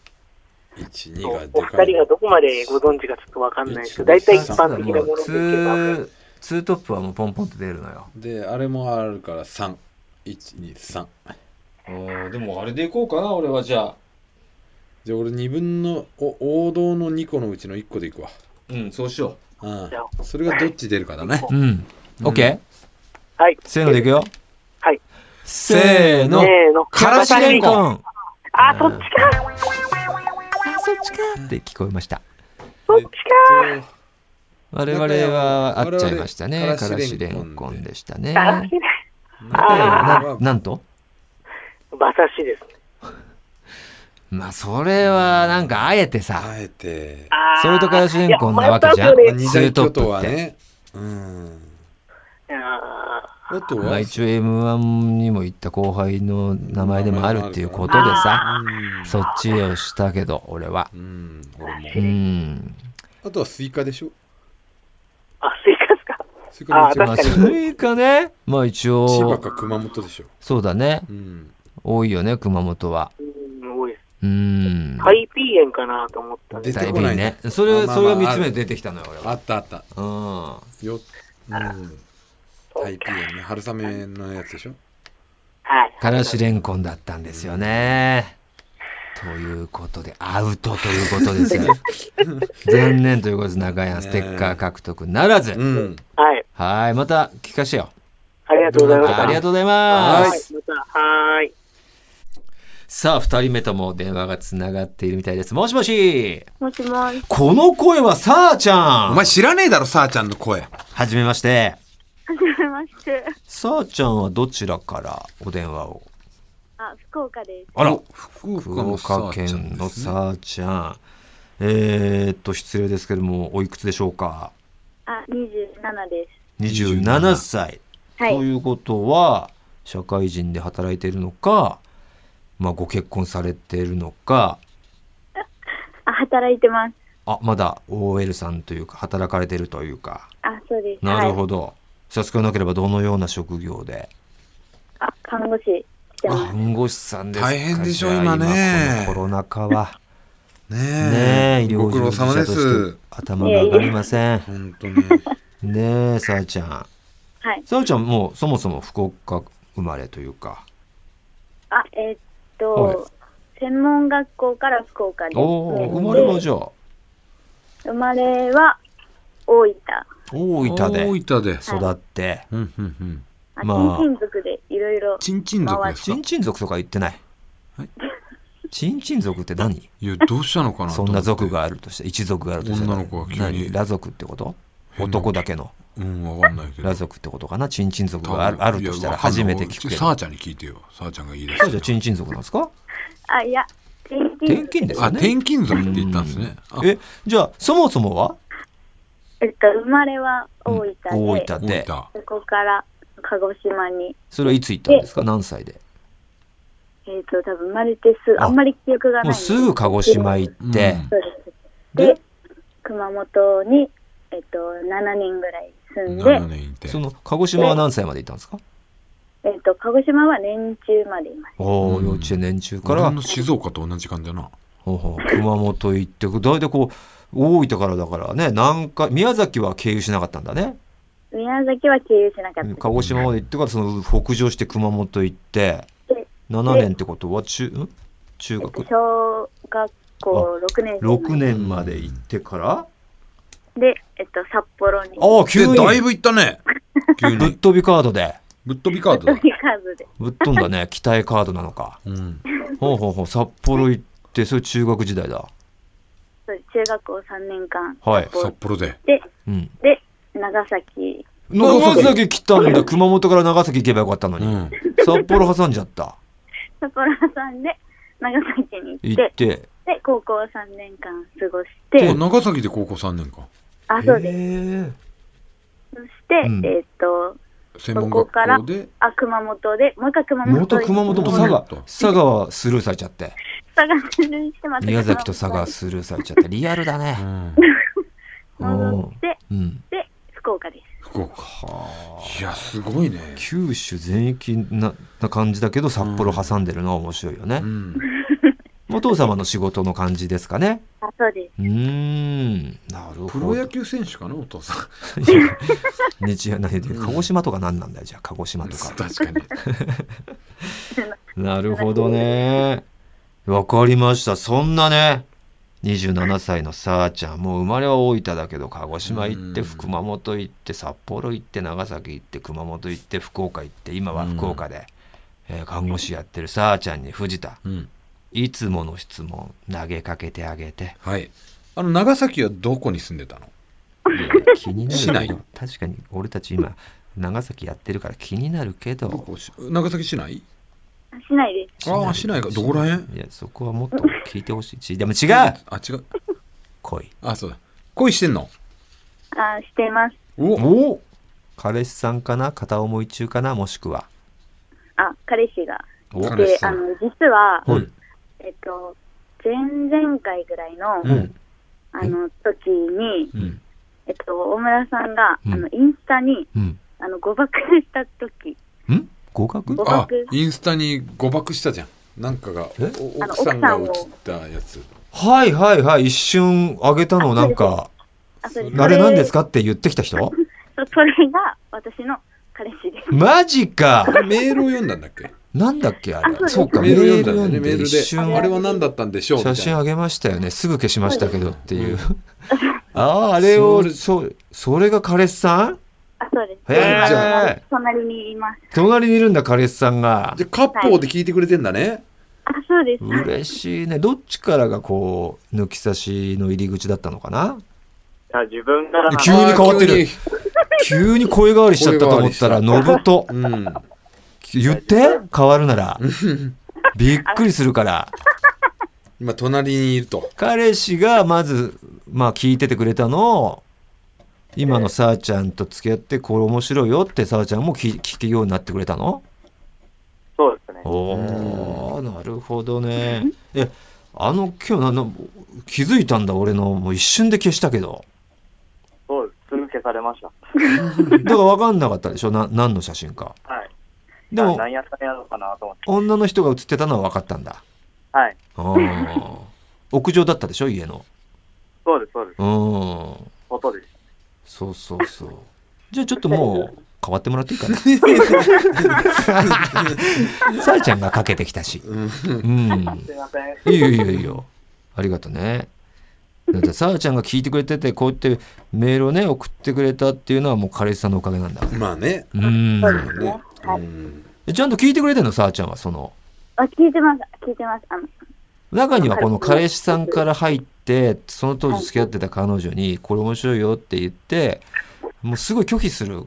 [SPEAKER 3] そうお二人がどこまでご存知かちょっとわかんないですけど、大体一般的なものでいけば、
[SPEAKER 1] 2ツートップはもうポンポンって出るのよ
[SPEAKER 2] であれもあるから3123
[SPEAKER 1] でもあれでいこうかな俺はじゃあ
[SPEAKER 2] じゃあ俺2分のお王道の2個のうちの1個でいくわ
[SPEAKER 1] うんそうしよ
[SPEAKER 2] うんそれがどっち出るかだね
[SPEAKER 1] ううんオッケー
[SPEAKER 3] はい。
[SPEAKER 1] せーのでいくよ
[SPEAKER 3] はい。
[SPEAKER 1] せーの
[SPEAKER 3] せーの
[SPEAKER 1] からしれんこん
[SPEAKER 3] あ、そっちか
[SPEAKER 1] そっちかって聞こえました
[SPEAKER 3] そっちか
[SPEAKER 1] 我々は会っちゃいました
[SPEAKER 2] 我
[SPEAKER 1] ね
[SPEAKER 2] 々
[SPEAKER 1] か
[SPEAKER 2] からら
[SPEAKER 1] し
[SPEAKER 2] し
[SPEAKER 1] れ
[SPEAKER 2] れ
[SPEAKER 1] ん
[SPEAKER 2] ん
[SPEAKER 1] こ
[SPEAKER 2] こ
[SPEAKER 1] ん
[SPEAKER 2] ん
[SPEAKER 1] でしたね
[SPEAKER 3] あらしいね。
[SPEAKER 1] ななんと
[SPEAKER 3] 馬刺しですね。
[SPEAKER 1] まあそれはなんかあえてさ
[SPEAKER 2] あえて
[SPEAKER 3] あー
[SPEAKER 1] それとからしれんこんなわけじゃん
[SPEAKER 3] いや迷ったんですよ
[SPEAKER 1] ツー
[SPEAKER 2] 二
[SPEAKER 3] ね
[SPEAKER 2] 大
[SPEAKER 1] トップって
[SPEAKER 2] 巨頭はねうん
[SPEAKER 3] あ
[SPEAKER 2] あとは
[SPEAKER 1] まあ、一応 m 1にも行った後輩の名前でもあるっていうことでさそっちをしたけど俺は
[SPEAKER 2] うん、うん、俺も
[SPEAKER 1] うん
[SPEAKER 2] あとはスイカでしょ
[SPEAKER 3] あ、スイカですか
[SPEAKER 2] スイカめっちゃ
[SPEAKER 1] まあ
[SPEAKER 3] 確かに
[SPEAKER 1] それかねまあ一
[SPEAKER 2] 千葉
[SPEAKER 1] 応
[SPEAKER 2] か熊本でしょ
[SPEAKER 1] そうだね
[SPEAKER 2] うん
[SPEAKER 1] 多いよね熊本は
[SPEAKER 3] うん、多いです。
[SPEAKER 1] うん
[SPEAKER 3] ハイピー炎かなと思ったん
[SPEAKER 2] 出
[SPEAKER 3] です。
[SPEAKER 1] だ
[SPEAKER 2] て
[SPEAKER 1] い
[SPEAKER 2] こ
[SPEAKER 1] ぶ
[SPEAKER 2] ない
[SPEAKER 1] ねそれ
[SPEAKER 2] まあ
[SPEAKER 1] それ
[SPEAKER 2] まあ
[SPEAKER 1] が3つ目で出てきたのよ俺
[SPEAKER 2] あ
[SPEAKER 1] は
[SPEAKER 2] ったあった
[SPEAKER 1] うん
[SPEAKER 2] ようんタイピーね春雨のやつでしょ
[SPEAKER 3] はい。
[SPEAKER 1] からしれんこんだったんですよね。ということで、アウトということです よ。残念ということです。中山、ステッカー獲得ならず。
[SPEAKER 2] うん
[SPEAKER 3] はい。
[SPEAKER 1] はい、また聞かせてよ。
[SPEAKER 3] ありがとうございました。
[SPEAKER 1] ありがとうござい
[SPEAKER 2] は
[SPEAKER 1] ま
[SPEAKER 2] い
[SPEAKER 1] す。
[SPEAKER 3] はい。また、はーい。
[SPEAKER 1] さあ、二人目とも電話がつながっているみたいです。もしもし。
[SPEAKER 4] もしもし。
[SPEAKER 1] この声はさあちゃん。
[SPEAKER 2] お前知らねえだろさあちゃんの声
[SPEAKER 1] はじめまして。
[SPEAKER 4] はじめまして。
[SPEAKER 1] さあちゃんはどちらからお電話を
[SPEAKER 4] あ、福岡です。
[SPEAKER 1] あら
[SPEAKER 2] 福
[SPEAKER 1] 福岡県の
[SPEAKER 2] あ
[SPEAKER 1] さあちゃん。えー、っと、失礼ですけども、おいくつでしょうか
[SPEAKER 4] あ、二十七で
[SPEAKER 1] 27歳、
[SPEAKER 4] はい
[SPEAKER 1] ということは社会人で働いているのか、まあ、ご結婚されているのか
[SPEAKER 4] す。あ、働いてます。
[SPEAKER 1] あまだ OL さんというか働かれているというか
[SPEAKER 4] あ、そうです。
[SPEAKER 1] なる
[SPEAKER 4] はい、
[SPEAKER 1] ほど、さすがなければどのような職業で
[SPEAKER 4] あ、看護師してます。
[SPEAKER 1] 看護師さんですか
[SPEAKER 2] 大変でしょ
[SPEAKER 1] じゃあ
[SPEAKER 2] 今ね
[SPEAKER 1] 今このコロナ禍は
[SPEAKER 2] ね
[SPEAKER 1] ねえ
[SPEAKER 2] え
[SPEAKER 1] 医療
[SPEAKER 2] ご苦労
[SPEAKER 1] 従事
[SPEAKER 2] 様で
[SPEAKER 1] 者として
[SPEAKER 2] す
[SPEAKER 1] 頭が上がりません
[SPEAKER 2] 本当に
[SPEAKER 1] ねえさあちゃん
[SPEAKER 4] はい。
[SPEAKER 1] さあちゃんもうそもそも福岡生まれというか
[SPEAKER 4] あ、えーっと、
[SPEAKER 1] は
[SPEAKER 4] 専門学校から福岡に
[SPEAKER 1] お
[SPEAKER 4] 住ん
[SPEAKER 1] お
[SPEAKER 4] で。
[SPEAKER 1] 生まれはじゃあ
[SPEAKER 4] 生まれは大分。
[SPEAKER 1] 大分で
[SPEAKER 2] 大分で
[SPEAKER 1] 育って、
[SPEAKER 2] うんうんうん
[SPEAKER 4] あ、
[SPEAKER 1] まあ
[SPEAKER 4] 近親族でいろいろ。
[SPEAKER 2] チンチン族です
[SPEAKER 1] チ
[SPEAKER 2] か
[SPEAKER 1] ンチン族とか言ってない。
[SPEAKER 2] はい
[SPEAKER 1] チンチン族って何
[SPEAKER 2] いやどうしたのかなと
[SPEAKER 1] そ
[SPEAKER 2] 思
[SPEAKER 1] ん
[SPEAKER 2] って
[SPEAKER 1] な族があるとして、一族があるとして。
[SPEAKER 2] 女の子が急に
[SPEAKER 1] 何ラ族ってこと
[SPEAKER 2] 変な
[SPEAKER 1] 男だけの
[SPEAKER 2] うんわかんないけど
[SPEAKER 1] ラ族ってことかなチンチン族があるあるとしたら初めて聞くけど。
[SPEAKER 2] さ
[SPEAKER 1] そ
[SPEAKER 2] あちゃんに聞いてよさあちゃんが言い出
[SPEAKER 1] うじゃ
[SPEAKER 2] し
[SPEAKER 1] チンチン族なんですか
[SPEAKER 4] あ、いや、転
[SPEAKER 1] 転勤
[SPEAKER 4] 勤族。
[SPEAKER 1] です
[SPEAKER 2] たあ
[SPEAKER 1] よね。
[SPEAKER 2] 転勤族って言ったんですねあ
[SPEAKER 1] うんえ、じゃあそもそもは
[SPEAKER 4] えっと、生まれは大分で、
[SPEAKER 1] 大分
[SPEAKER 2] 大
[SPEAKER 1] で。
[SPEAKER 2] 分
[SPEAKER 4] そこから鹿児島に。
[SPEAKER 1] それはいつ行ったんですか何歳で
[SPEAKER 4] えーっと、多分生まれてすぐ、
[SPEAKER 1] あ
[SPEAKER 4] あんまり記憶がないん
[SPEAKER 1] もう
[SPEAKER 4] です
[SPEAKER 1] すぐ鹿児島行って。
[SPEAKER 4] そうです。
[SPEAKER 1] で
[SPEAKER 4] で、熊本に、えっと、7年ぐらい住ん
[SPEAKER 2] 7
[SPEAKER 4] で、
[SPEAKER 2] 年いて
[SPEAKER 1] その鹿児島は何歳まで行ったんですか
[SPEAKER 4] えっと、鹿児島は年中までいまし
[SPEAKER 1] おお、
[SPEAKER 2] うん
[SPEAKER 1] 幼稚園年中か
[SPEAKER 2] 俺
[SPEAKER 1] ら
[SPEAKER 2] の静岡と同じ感じだな
[SPEAKER 1] ほうほう熊本行って大体こう大分からだからね南下宮崎は経由しなかったんだね
[SPEAKER 4] た。宮崎は経由しなかった。
[SPEAKER 1] 鹿児島まで行ってからその北上して熊本行って7年ってことは中ん中
[SPEAKER 4] えっと
[SPEAKER 1] 学
[SPEAKER 4] 小学校6年生
[SPEAKER 1] 6年まで行ってから
[SPEAKER 4] で、えっと、札幌に。
[SPEAKER 1] ああ急
[SPEAKER 2] で
[SPEAKER 1] に
[SPEAKER 2] だいぶ行っ たね急
[SPEAKER 1] ぶっ
[SPEAKER 2] に
[SPEAKER 1] 飛びカードで
[SPEAKER 2] ぶっ飛びカード
[SPEAKER 4] ト
[SPEAKER 2] だ
[SPEAKER 4] リカーズで。
[SPEAKER 1] ぶっ飛んだね 期待カードなのか
[SPEAKER 2] うん
[SPEAKER 1] ほうほうほう札幌行ってそれ中学時代だ
[SPEAKER 4] そう中学校3年間。
[SPEAKER 1] はい
[SPEAKER 4] 札幌
[SPEAKER 2] 札幌で
[SPEAKER 4] で、
[SPEAKER 1] うん
[SPEAKER 4] で、長崎。
[SPEAKER 1] 長崎来たんだ熊本から長崎行けばよかったの
[SPEAKER 2] う
[SPEAKER 1] に
[SPEAKER 2] ん
[SPEAKER 1] 札幌挟んじゃった
[SPEAKER 4] 札幌さんで、長崎に行っ、
[SPEAKER 1] 行ってて
[SPEAKER 4] で、高校3年間過ごし
[SPEAKER 2] あ
[SPEAKER 4] て、
[SPEAKER 2] 長崎で高校3年か
[SPEAKER 4] あ、そうです。
[SPEAKER 1] へえ
[SPEAKER 4] そして、
[SPEAKER 1] うん
[SPEAKER 4] えっと、
[SPEAKER 2] 専門学校で
[SPEAKER 4] あ、熊本で、もう一回熊本
[SPEAKER 1] 元
[SPEAKER 4] に
[SPEAKER 1] 熊本も佐賀佐賀はスルーされちゃって
[SPEAKER 4] 佐賀出身してまた
[SPEAKER 1] 宮崎と佐賀はスルーされちゃってリアルだ
[SPEAKER 2] う
[SPEAKER 1] ね
[SPEAKER 2] ん
[SPEAKER 4] 戻って、
[SPEAKER 1] うん
[SPEAKER 4] で、福岡です。
[SPEAKER 2] 福岡いやすごいね
[SPEAKER 1] 九州全域なな感じだけど札幌挟んでるのは面白いよね
[SPEAKER 2] う、ん
[SPEAKER 1] お父様の仕事の感じですかね
[SPEAKER 4] あ、そうで
[SPEAKER 1] うーんなる
[SPEAKER 2] プ
[SPEAKER 1] ほ
[SPEAKER 2] ロ
[SPEAKER 1] ど
[SPEAKER 2] 野球選手かなお父さん
[SPEAKER 1] 日夜何で鹿児島とか何なんだよじゃあ鹿児島とか
[SPEAKER 2] 確かに
[SPEAKER 1] なるほどねわかりましたそんなね27歳のさあちゃんもう生まれは大分だけど鹿児島行って
[SPEAKER 2] うん
[SPEAKER 1] 熊本行って札幌行って長崎行って熊本行って福岡行って今は福岡で、えー看護師やってるさあちゃんに藤田
[SPEAKER 2] うん
[SPEAKER 1] いつもの質問投げかけてあげ て
[SPEAKER 2] はいあの長崎はどこに住んでたの
[SPEAKER 1] 気に
[SPEAKER 2] し
[SPEAKER 1] な
[SPEAKER 2] な
[SPEAKER 1] る
[SPEAKER 2] い
[SPEAKER 1] よ確かに俺たち今長崎やってるから気になるけ
[SPEAKER 2] ど
[SPEAKER 1] ど
[SPEAKER 2] こし長崎市内
[SPEAKER 4] す。市内で
[SPEAKER 2] ああ市内かどこらへん
[SPEAKER 1] いやそこはもっと聞いてほしいしでも違う
[SPEAKER 2] あ違 う
[SPEAKER 1] 来い
[SPEAKER 2] あそうだ恋してんの
[SPEAKER 4] す。あ、してます。
[SPEAKER 2] お
[SPEAKER 1] お彼氏さんかな片思い中かなもしくは
[SPEAKER 4] あ、彼氏が。
[SPEAKER 1] お
[SPEAKER 2] 彼氏
[SPEAKER 4] で、
[SPEAKER 2] さ
[SPEAKER 4] あ
[SPEAKER 2] ん
[SPEAKER 4] の、実は、
[SPEAKER 1] はい
[SPEAKER 4] えっと、前々回ぐらいの、
[SPEAKER 2] うん
[SPEAKER 4] あの、時に、
[SPEAKER 2] うん
[SPEAKER 4] えっと、大村さんが、
[SPEAKER 1] うん
[SPEAKER 4] あの、インスタに、
[SPEAKER 1] うん
[SPEAKER 4] あの、誤爆した時、
[SPEAKER 1] ん合格
[SPEAKER 4] 誤
[SPEAKER 2] あ
[SPEAKER 4] 爆
[SPEAKER 2] インスタに誤爆したじゃんなんかが
[SPEAKER 1] え
[SPEAKER 2] お
[SPEAKER 4] あの
[SPEAKER 2] 奥さんが映っ
[SPEAKER 4] 奥さんを
[SPEAKER 2] たやつ
[SPEAKER 1] はいはいはい一瞬あげたのなんか
[SPEAKER 4] あ、それ
[SPEAKER 1] 「あれ何ですか?」
[SPEAKER 4] か
[SPEAKER 1] って言ってきた 人
[SPEAKER 4] そうそれが、私の彼氏です。
[SPEAKER 1] マジか
[SPEAKER 2] あれメールを読んだんだっけ
[SPEAKER 1] なんだっけあれ
[SPEAKER 4] あそうで す
[SPEAKER 1] そうか
[SPEAKER 2] メ
[SPEAKER 1] メ
[SPEAKER 2] ー
[SPEAKER 1] ー
[SPEAKER 2] ル
[SPEAKER 1] ル
[SPEAKER 2] 読んだ
[SPEAKER 1] 読
[SPEAKER 2] んだ
[SPEAKER 1] ん
[SPEAKER 2] よねメ
[SPEAKER 1] で
[SPEAKER 2] ー
[SPEAKER 1] 一
[SPEAKER 2] ルで
[SPEAKER 1] 瞬
[SPEAKER 2] あれは何だったんでしょうみたい
[SPEAKER 1] 写
[SPEAKER 2] な
[SPEAKER 1] 真あげましたよねすぐ消しましたけどっていううん あああれ
[SPEAKER 2] そ
[SPEAKER 1] を
[SPEAKER 2] れ
[SPEAKER 1] そうそれが彼氏さん
[SPEAKER 4] あ、そうです。
[SPEAKER 1] へー
[SPEAKER 4] 今あの隣にいます。
[SPEAKER 1] 隣にいるんだ彼氏さんが
[SPEAKER 2] じゃあ割烹で聞いてくれてんだね
[SPEAKER 4] あ、そうです。
[SPEAKER 1] 嬉しいねどっちからがこう抜き差しの入り口だったのか な
[SPEAKER 3] あ自分から
[SPEAKER 1] 急に変わってる
[SPEAKER 2] あー
[SPEAKER 1] 急に声変わりしちゃったと思ったら
[SPEAKER 2] 声
[SPEAKER 1] ノブと
[SPEAKER 2] 急にうん
[SPEAKER 1] 言って変わるな らびっくりするから
[SPEAKER 2] 今隣にいると
[SPEAKER 1] 彼氏がまずまあ聞いててくれたのを今のさあちゃんと付き合ってこれ面白いよってさあちゃんも聞聞くようになってくれたの
[SPEAKER 3] そうですね。
[SPEAKER 1] おーなるほどねえあの今日なな気づいたんだ俺のもう一瞬で消したけど
[SPEAKER 3] そうです。すぐ消されました。
[SPEAKER 1] だから分かんなかったでしょな何の写真か
[SPEAKER 3] はい。
[SPEAKER 1] で
[SPEAKER 3] あ
[SPEAKER 1] も
[SPEAKER 3] 何やったんやろうかなと思って。
[SPEAKER 1] 女の人が写ってたのは分かったんだ
[SPEAKER 3] はい。
[SPEAKER 1] あ ー屋上だったでしょ家の
[SPEAKER 3] そうです、そうです。
[SPEAKER 1] うん
[SPEAKER 3] 音です。
[SPEAKER 1] そうそうそうじゃあちょっともう変わってもらっていいか なさあちゃんがかけてきたし
[SPEAKER 2] うん
[SPEAKER 1] う ん
[SPEAKER 3] すいません。
[SPEAKER 1] いいよいいよいいよありがとねだってさあちゃんが聞いてくれててこうやってメールをね送ってくれたっていうのはもう彼氏さんのおかげなんだ
[SPEAKER 2] まあね
[SPEAKER 1] うん
[SPEAKER 4] そうです
[SPEAKER 2] ね
[SPEAKER 4] ね。
[SPEAKER 2] う
[SPEAKER 4] はい。
[SPEAKER 2] ん
[SPEAKER 1] ちゃんと聞いてくれてんのさあちゃんはその
[SPEAKER 4] あ、聞いてます。聞いてます。あの、
[SPEAKER 1] 中にはこの彼氏さんから入ってその当時付き合ってた彼女に「これ面白いよ」って言ってもうすごい拒否する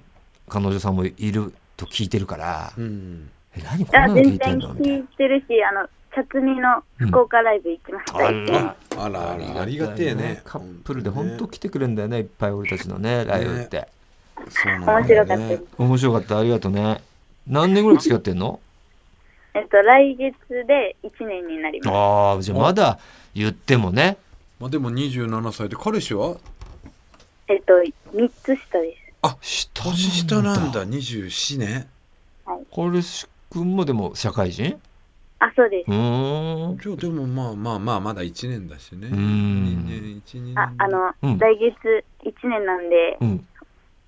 [SPEAKER 1] 彼女さんもいると聞いてるから
[SPEAKER 2] うん
[SPEAKER 1] 「え何こんな
[SPEAKER 4] あ
[SPEAKER 1] の聞
[SPEAKER 4] 全
[SPEAKER 1] いてん
[SPEAKER 4] 然
[SPEAKER 1] の?」みた
[SPEAKER 4] 聞
[SPEAKER 1] い
[SPEAKER 4] いてるし、あの、チャツミの福岡ライブ行きました。
[SPEAKER 1] な。
[SPEAKER 4] 一緒に
[SPEAKER 2] あらあらありがてえね
[SPEAKER 1] カップルで本当来てくれんだよねいっぱい俺たちのねライブって。
[SPEAKER 2] そうなんだよね
[SPEAKER 4] 面白かったです。
[SPEAKER 1] 面白かったありがとうね何年ぐらい付き合ってんの
[SPEAKER 4] えっと、来月で1年になります。
[SPEAKER 1] ああじゃあまだ言ってもね
[SPEAKER 2] まあでも27歳で彼氏は
[SPEAKER 4] えっと、3つ下です。
[SPEAKER 1] 下なんだ
[SPEAKER 2] 年下なんだ24ね
[SPEAKER 1] 彼氏くんもでも社会人
[SPEAKER 4] あ、そうです。
[SPEAKER 1] うーん
[SPEAKER 2] じゃあでもまあまあまあまだ1年だしね
[SPEAKER 1] うん
[SPEAKER 2] 2年1 2年
[SPEAKER 4] あ、あの、
[SPEAKER 1] うん
[SPEAKER 4] 来月1年なんで
[SPEAKER 1] う、ん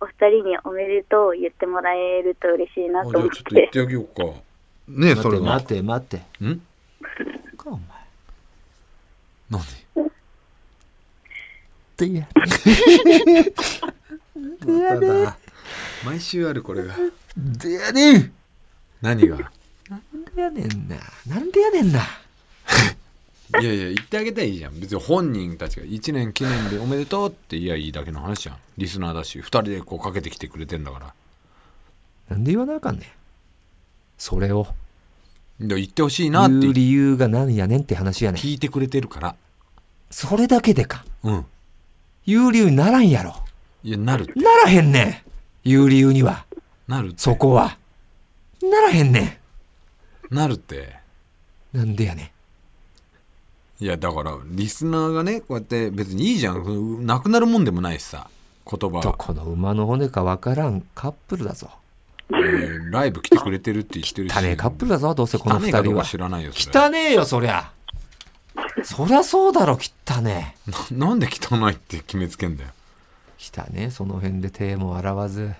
[SPEAKER 4] お二人におめでとうを言ってもらえると嬉しいな
[SPEAKER 2] あじ
[SPEAKER 4] と
[SPEAKER 2] ゃあちょ
[SPEAKER 4] 思
[SPEAKER 2] っ
[SPEAKER 4] っ。
[SPEAKER 2] と言っててあげようかねえ
[SPEAKER 1] 待
[SPEAKER 2] そ
[SPEAKER 1] っ
[SPEAKER 2] れ
[SPEAKER 1] て
[SPEAKER 2] は
[SPEAKER 1] 待って待って
[SPEAKER 2] ん
[SPEAKER 1] かお前
[SPEAKER 2] 何
[SPEAKER 1] ってや
[SPEAKER 2] まただ毎週あるこれが
[SPEAKER 1] でやねん
[SPEAKER 2] 何が
[SPEAKER 1] なんでやねんななんでやねんない
[SPEAKER 2] やいや言ってあげたらいいじゃん別に本人たちが1年記念でおめでとうって言いやいいだけの話じゃんリスナーだし2人でこうかけてきてくれてんだから
[SPEAKER 1] なんで言わなあかんねんそれを
[SPEAKER 2] で言ってほしいなっ
[SPEAKER 1] 言う
[SPEAKER 2] て
[SPEAKER 1] 理由が何やねんって話やねん
[SPEAKER 2] 聞いてくれてるから
[SPEAKER 1] それだけでか
[SPEAKER 2] うん
[SPEAKER 1] 言う理由にならんやろ
[SPEAKER 2] いやなる
[SPEAKER 1] ならへんねん言う理由には
[SPEAKER 2] なるって
[SPEAKER 1] そこは。ならへんね
[SPEAKER 2] なるって
[SPEAKER 1] ん。なんでやね
[SPEAKER 2] いやだからリスナーがねこうやって別にいいじゃんうなくなるもんでもないしさ言葉
[SPEAKER 1] ん。ど
[SPEAKER 2] は、
[SPEAKER 1] この馬の骨かわからんカップルだぞ。
[SPEAKER 2] えーライブ来てくれてるって言ってるし
[SPEAKER 1] 汚ねえカップルだぞ、どうせこの
[SPEAKER 2] 汚ね
[SPEAKER 1] 二
[SPEAKER 2] えか
[SPEAKER 1] 人
[SPEAKER 2] どうか
[SPEAKER 1] は。
[SPEAKER 2] 知らないよそれ
[SPEAKER 1] 汚ねえよ、そりゃ。そりゃそうだろ、汚ねえ。
[SPEAKER 2] ななんで汚いって決めつけんだよ
[SPEAKER 1] 汚ねえ、その辺で手も洗わず。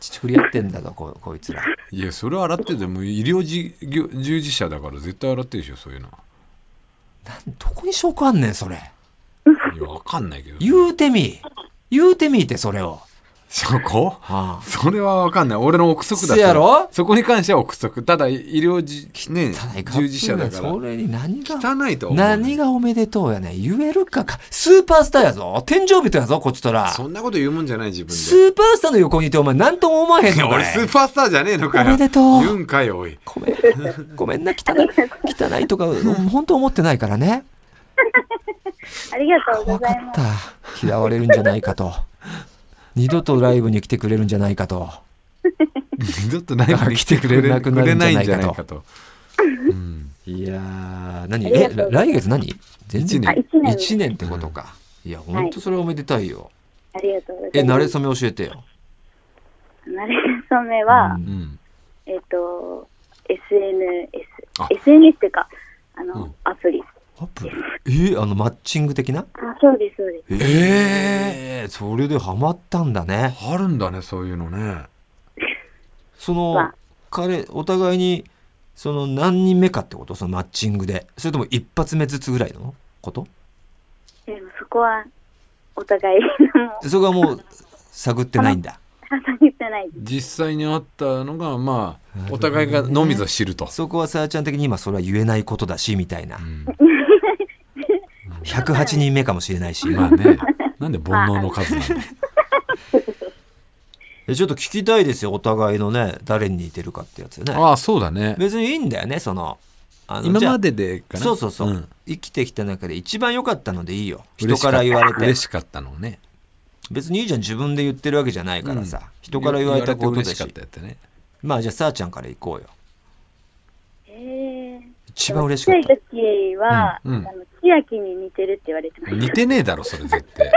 [SPEAKER 1] 乳くり合ってんだぞ、ここいつら。
[SPEAKER 2] いやそれは洗ってても医療じ業従事者だから絶対洗ってるでしょそういうのは
[SPEAKER 1] なんどこに証拠あんねん、それ。
[SPEAKER 2] いやわかんないけど
[SPEAKER 1] 言うてみ。言うてみって、それを。
[SPEAKER 2] 証拠
[SPEAKER 1] ああ。
[SPEAKER 2] それはわかんない俺の憶測だ
[SPEAKER 1] せやろ
[SPEAKER 2] それそこに関しては憶測ただ医療じ、ね
[SPEAKER 1] 汚い、カップ
[SPEAKER 2] 従
[SPEAKER 1] ル
[SPEAKER 2] 事者だ
[SPEAKER 1] だ
[SPEAKER 2] から
[SPEAKER 1] それに何が。
[SPEAKER 2] 汚いとは思う
[SPEAKER 1] 何がおめでとうやねん言えるかかスーパースターやぞ天井人やぞこっちとら
[SPEAKER 2] そんなこと言うもんじゃない自分で
[SPEAKER 1] スーパースターの横にいてお前何とも思わへん
[SPEAKER 2] いや
[SPEAKER 1] のか
[SPEAKER 2] 俺
[SPEAKER 1] い
[SPEAKER 2] スーパースターじゃねえのかよ
[SPEAKER 1] おめでとう
[SPEAKER 2] 言うんかよおい
[SPEAKER 1] ごめんごめんな汚い汚いと か本当思ってないからね
[SPEAKER 4] ありがとう
[SPEAKER 1] 怖
[SPEAKER 4] ござ
[SPEAKER 1] か
[SPEAKER 4] いま
[SPEAKER 1] っ
[SPEAKER 4] す。
[SPEAKER 1] た嫌われるんじゃないかと二度とライブに来てくれるんじゃないかと。
[SPEAKER 2] 二度とライブに来てくれなくなるんじゃないかと。うん、
[SPEAKER 1] いやー、何
[SPEAKER 4] ありが
[SPEAKER 1] え、
[SPEAKER 4] とう
[SPEAKER 1] ら来月何全然
[SPEAKER 2] 一年あ
[SPEAKER 4] 一年
[SPEAKER 1] 一年ってことか。いや、ほんとそれおめでたいよ。
[SPEAKER 4] ありがとうございます。
[SPEAKER 1] え、慣れ初め教えてよ。
[SPEAKER 4] 慣れ初めは、
[SPEAKER 1] うん
[SPEAKER 2] うん。
[SPEAKER 4] えっ、と、SNS
[SPEAKER 2] あ。
[SPEAKER 4] SNS っていうか、あの、
[SPEAKER 2] うん
[SPEAKER 4] アプリ。
[SPEAKER 1] アプリえーあの、マッチング的な
[SPEAKER 4] あ、そうです、そうです。
[SPEAKER 1] えー、それでハマったんだね。
[SPEAKER 2] あるんだね、そういうのね。
[SPEAKER 1] その
[SPEAKER 4] わ、
[SPEAKER 1] 彼、お互いに、その何人目かってことそのマッチングで。それとも一発目ずつぐらいのこと
[SPEAKER 4] でもそこは、お互いの、もう、
[SPEAKER 1] そこはもう探ってないんだ。
[SPEAKER 4] 挟みってないです。
[SPEAKER 2] 実際にあったのが、ま
[SPEAKER 1] なる
[SPEAKER 2] あ、
[SPEAKER 1] ほどね
[SPEAKER 2] お互いがのみぞ知ると。
[SPEAKER 1] そこはさやちゃん的に今それは言えないことだし、みたいな
[SPEAKER 2] う。ん
[SPEAKER 1] 108人目かもしれないし。
[SPEAKER 2] まあね、なんで煩悩の数なの
[SPEAKER 1] えちょっと聞きたいですよ、お互いのね、誰に似てるかってやつよね。
[SPEAKER 2] ああ、そうだね。
[SPEAKER 1] 別にいいんだよね、その。あの
[SPEAKER 2] 今
[SPEAKER 1] じゃあ
[SPEAKER 2] まででかな。
[SPEAKER 1] そうそうそう、
[SPEAKER 2] ん
[SPEAKER 1] 生きてきた中で一番良かったのでいいよ。人
[SPEAKER 2] 嬉しっ
[SPEAKER 1] か
[SPEAKER 2] た
[SPEAKER 1] ら言われて。
[SPEAKER 2] 嬉しかったのをね。
[SPEAKER 1] 別にいいじゃん、自分で言ってるわけじゃないからさ。
[SPEAKER 2] うん
[SPEAKER 1] 人から言われたことだ
[SPEAKER 2] 嬉
[SPEAKER 1] し。
[SPEAKER 2] しかったやつね。
[SPEAKER 1] まあじゃあ、さあちゃんから行こうよ。
[SPEAKER 4] えー
[SPEAKER 1] 一番嬉しかっ
[SPEAKER 4] ちっちゃい時は、
[SPEAKER 2] うんうん
[SPEAKER 4] あの千秋に似てるって言われてまし
[SPEAKER 2] 似てねえだろ、それ絶対。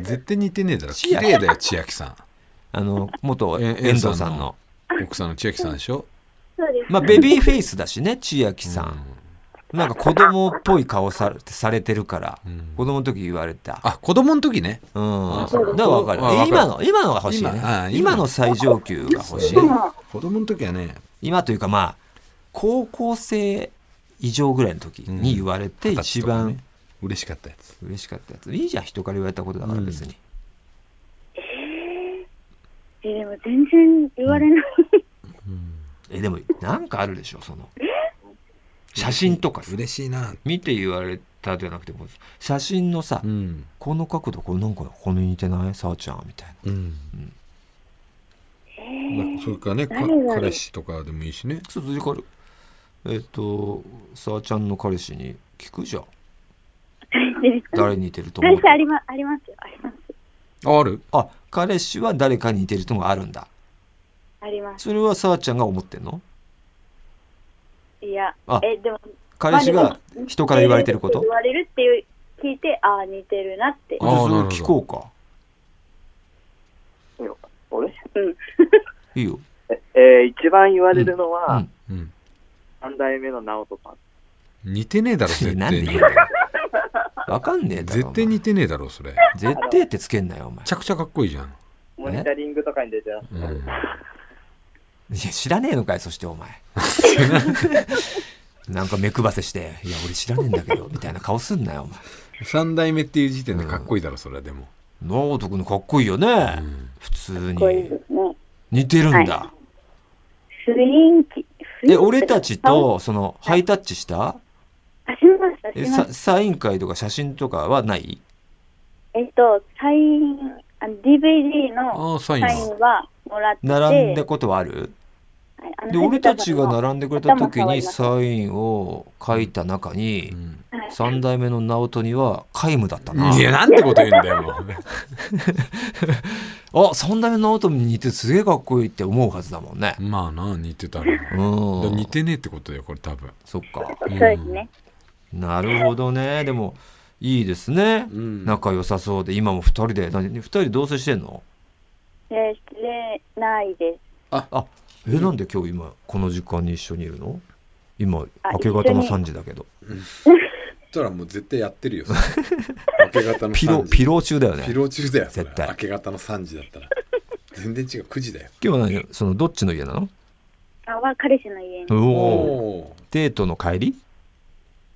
[SPEAKER 2] 絶対似てねえだろ。綺麗だよ、千秋さ
[SPEAKER 1] た。あの、元
[SPEAKER 2] え
[SPEAKER 1] 遠藤さんの。
[SPEAKER 2] ん。奥さんの千秋さんでしょ。
[SPEAKER 4] た。そうです。
[SPEAKER 1] まあ、ベビーフェイスだしね、千秋さん。なんか子供っぽい顔さされてるから、
[SPEAKER 2] うん
[SPEAKER 1] 子供の時言われた。
[SPEAKER 2] あ、子供の時ね。
[SPEAKER 1] うん。
[SPEAKER 2] あ
[SPEAKER 1] だから分かる
[SPEAKER 2] あ分か。る
[SPEAKER 1] 今の、今のが欲しいね。
[SPEAKER 2] 今あ
[SPEAKER 1] 今
[SPEAKER 2] 今
[SPEAKER 1] の最上級が欲しい。
[SPEAKER 2] 子供の時はね、
[SPEAKER 1] 今というかまあ、高校生以上ぐらいの時に言われて
[SPEAKER 2] 二十歳
[SPEAKER 1] 一
[SPEAKER 2] とかね
[SPEAKER 1] 番
[SPEAKER 2] 嬉しかったやつ。
[SPEAKER 1] 嬉しかったやつ。いいじゃん、人から言われたことだから別に。
[SPEAKER 4] えーでも全然言われない。
[SPEAKER 1] え、でも、なんかあるでしょ、その。写真とかさ
[SPEAKER 2] 嬉しいな。
[SPEAKER 1] 見て言われたじゃなくても、写真のさ、
[SPEAKER 2] うん。
[SPEAKER 1] この角度、これなんか、この似てないさあちゃんみたいな。
[SPEAKER 2] うん。まあそれからね、か
[SPEAKER 4] 誰々
[SPEAKER 2] 彼氏とかでもいいしね。
[SPEAKER 1] そう、続かる。えっ、と、さあちゃんの彼氏に聞くじゃん。誰に似てると思う
[SPEAKER 4] 私ありま、ありますよ、あります。
[SPEAKER 2] あある
[SPEAKER 1] あ、彼氏は誰かに似てるともあるんだ。
[SPEAKER 4] あります。
[SPEAKER 1] それはさあちゃんが思ってんの
[SPEAKER 4] いや
[SPEAKER 1] あ、
[SPEAKER 4] え、でも、
[SPEAKER 1] 彼氏
[SPEAKER 4] まあ
[SPEAKER 1] が
[SPEAKER 4] でも
[SPEAKER 1] 人から言われてること
[SPEAKER 4] 言われるっていう聞いて、ああ、似てるなって
[SPEAKER 1] じ。ゃあ
[SPEAKER 2] あ
[SPEAKER 1] それを
[SPEAKER 2] なるほど
[SPEAKER 1] 聞こう
[SPEAKER 5] い
[SPEAKER 1] か。
[SPEAKER 5] いよ俺
[SPEAKER 4] うん。
[SPEAKER 1] いいよ。
[SPEAKER 5] えー、一番言われるのは、
[SPEAKER 1] うん
[SPEAKER 2] うん。
[SPEAKER 5] 三代目の直人さん。
[SPEAKER 2] 似てねえだろ、絶
[SPEAKER 1] なん
[SPEAKER 2] 対
[SPEAKER 1] で言
[SPEAKER 2] に
[SPEAKER 1] う。のわかんねえだろ。
[SPEAKER 2] 絶対似てねえだろ、それ。め
[SPEAKER 1] お前。絶対ってつけんなよ、お前
[SPEAKER 2] ち。ゃくちゃかっこいいじゃん。
[SPEAKER 5] モニタリングとかに出てらっし
[SPEAKER 2] う
[SPEAKER 5] ゃる。
[SPEAKER 1] い
[SPEAKER 2] ん。
[SPEAKER 1] や、知らねえのかい、そしてお前。 なんか目配せして、いや、俺知らねえんだけど、みたいな顔すんなよ、お前。
[SPEAKER 2] 三代目っていう時点でかっこいいだろ、それはでも。
[SPEAKER 1] 直人君のかっこいいよね。
[SPEAKER 2] うん
[SPEAKER 1] 普通
[SPEAKER 4] こうい
[SPEAKER 1] に
[SPEAKER 4] う。ですね。
[SPEAKER 1] 似てるんだ。
[SPEAKER 4] 雰囲気。雰囲気
[SPEAKER 1] え、俺たち。と、その、ハイタッチした
[SPEAKER 4] あ、しました、
[SPEAKER 1] え、
[SPEAKER 4] しまし
[SPEAKER 1] さサイン会とか写真とかはない
[SPEAKER 4] た。えっと、サイン、あ DVD の
[SPEAKER 2] ああ、サインは
[SPEAKER 4] サインはもらって、
[SPEAKER 1] 並んだことはある
[SPEAKER 4] はいあの
[SPEAKER 1] で、俺たちが並んでくれた時
[SPEAKER 4] 頭触り
[SPEAKER 1] に
[SPEAKER 4] ます
[SPEAKER 1] サインを書いた中に
[SPEAKER 2] う、ん
[SPEAKER 4] はい
[SPEAKER 1] 三代目の直人には皆無だったな。
[SPEAKER 2] いや、なんてこと言うんだよ、もう。
[SPEAKER 1] あ、三代目の直人に似てすげえかっこいいって思うはずだもんね。
[SPEAKER 2] まあな、似てたら。
[SPEAKER 1] うん。
[SPEAKER 2] 似てねえってことだよ、これ多分。
[SPEAKER 1] そっか。
[SPEAKER 4] そうですね。
[SPEAKER 1] なるほどね。でも、いいですね。
[SPEAKER 2] うん
[SPEAKER 1] 仲良さそうで、今も二人で、何二人同棲してんの
[SPEAKER 4] で、失礼ないです。
[SPEAKER 1] あ、え、なんで今日今、この時間に一緒にいるの今、
[SPEAKER 4] あ
[SPEAKER 1] 明け方の
[SPEAKER 4] 一緒
[SPEAKER 1] 3時だけど。
[SPEAKER 2] そしたらもう絶対 やってるよ。それ明け方の3時。
[SPEAKER 1] ピロ、ピロー中だよね。
[SPEAKER 2] ピロー中だよ、それ
[SPEAKER 1] 絶対
[SPEAKER 2] 明け方の3時だったら。全然違う、9時だよ。
[SPEAKER 1] 今日は何その、どっちの家なの
[SPEAKER 4] あは彼氏の家に
[SPEAKER 1] お。おー。
[SPEAKER 2] おー
[SPEAKER 1] デートの帰り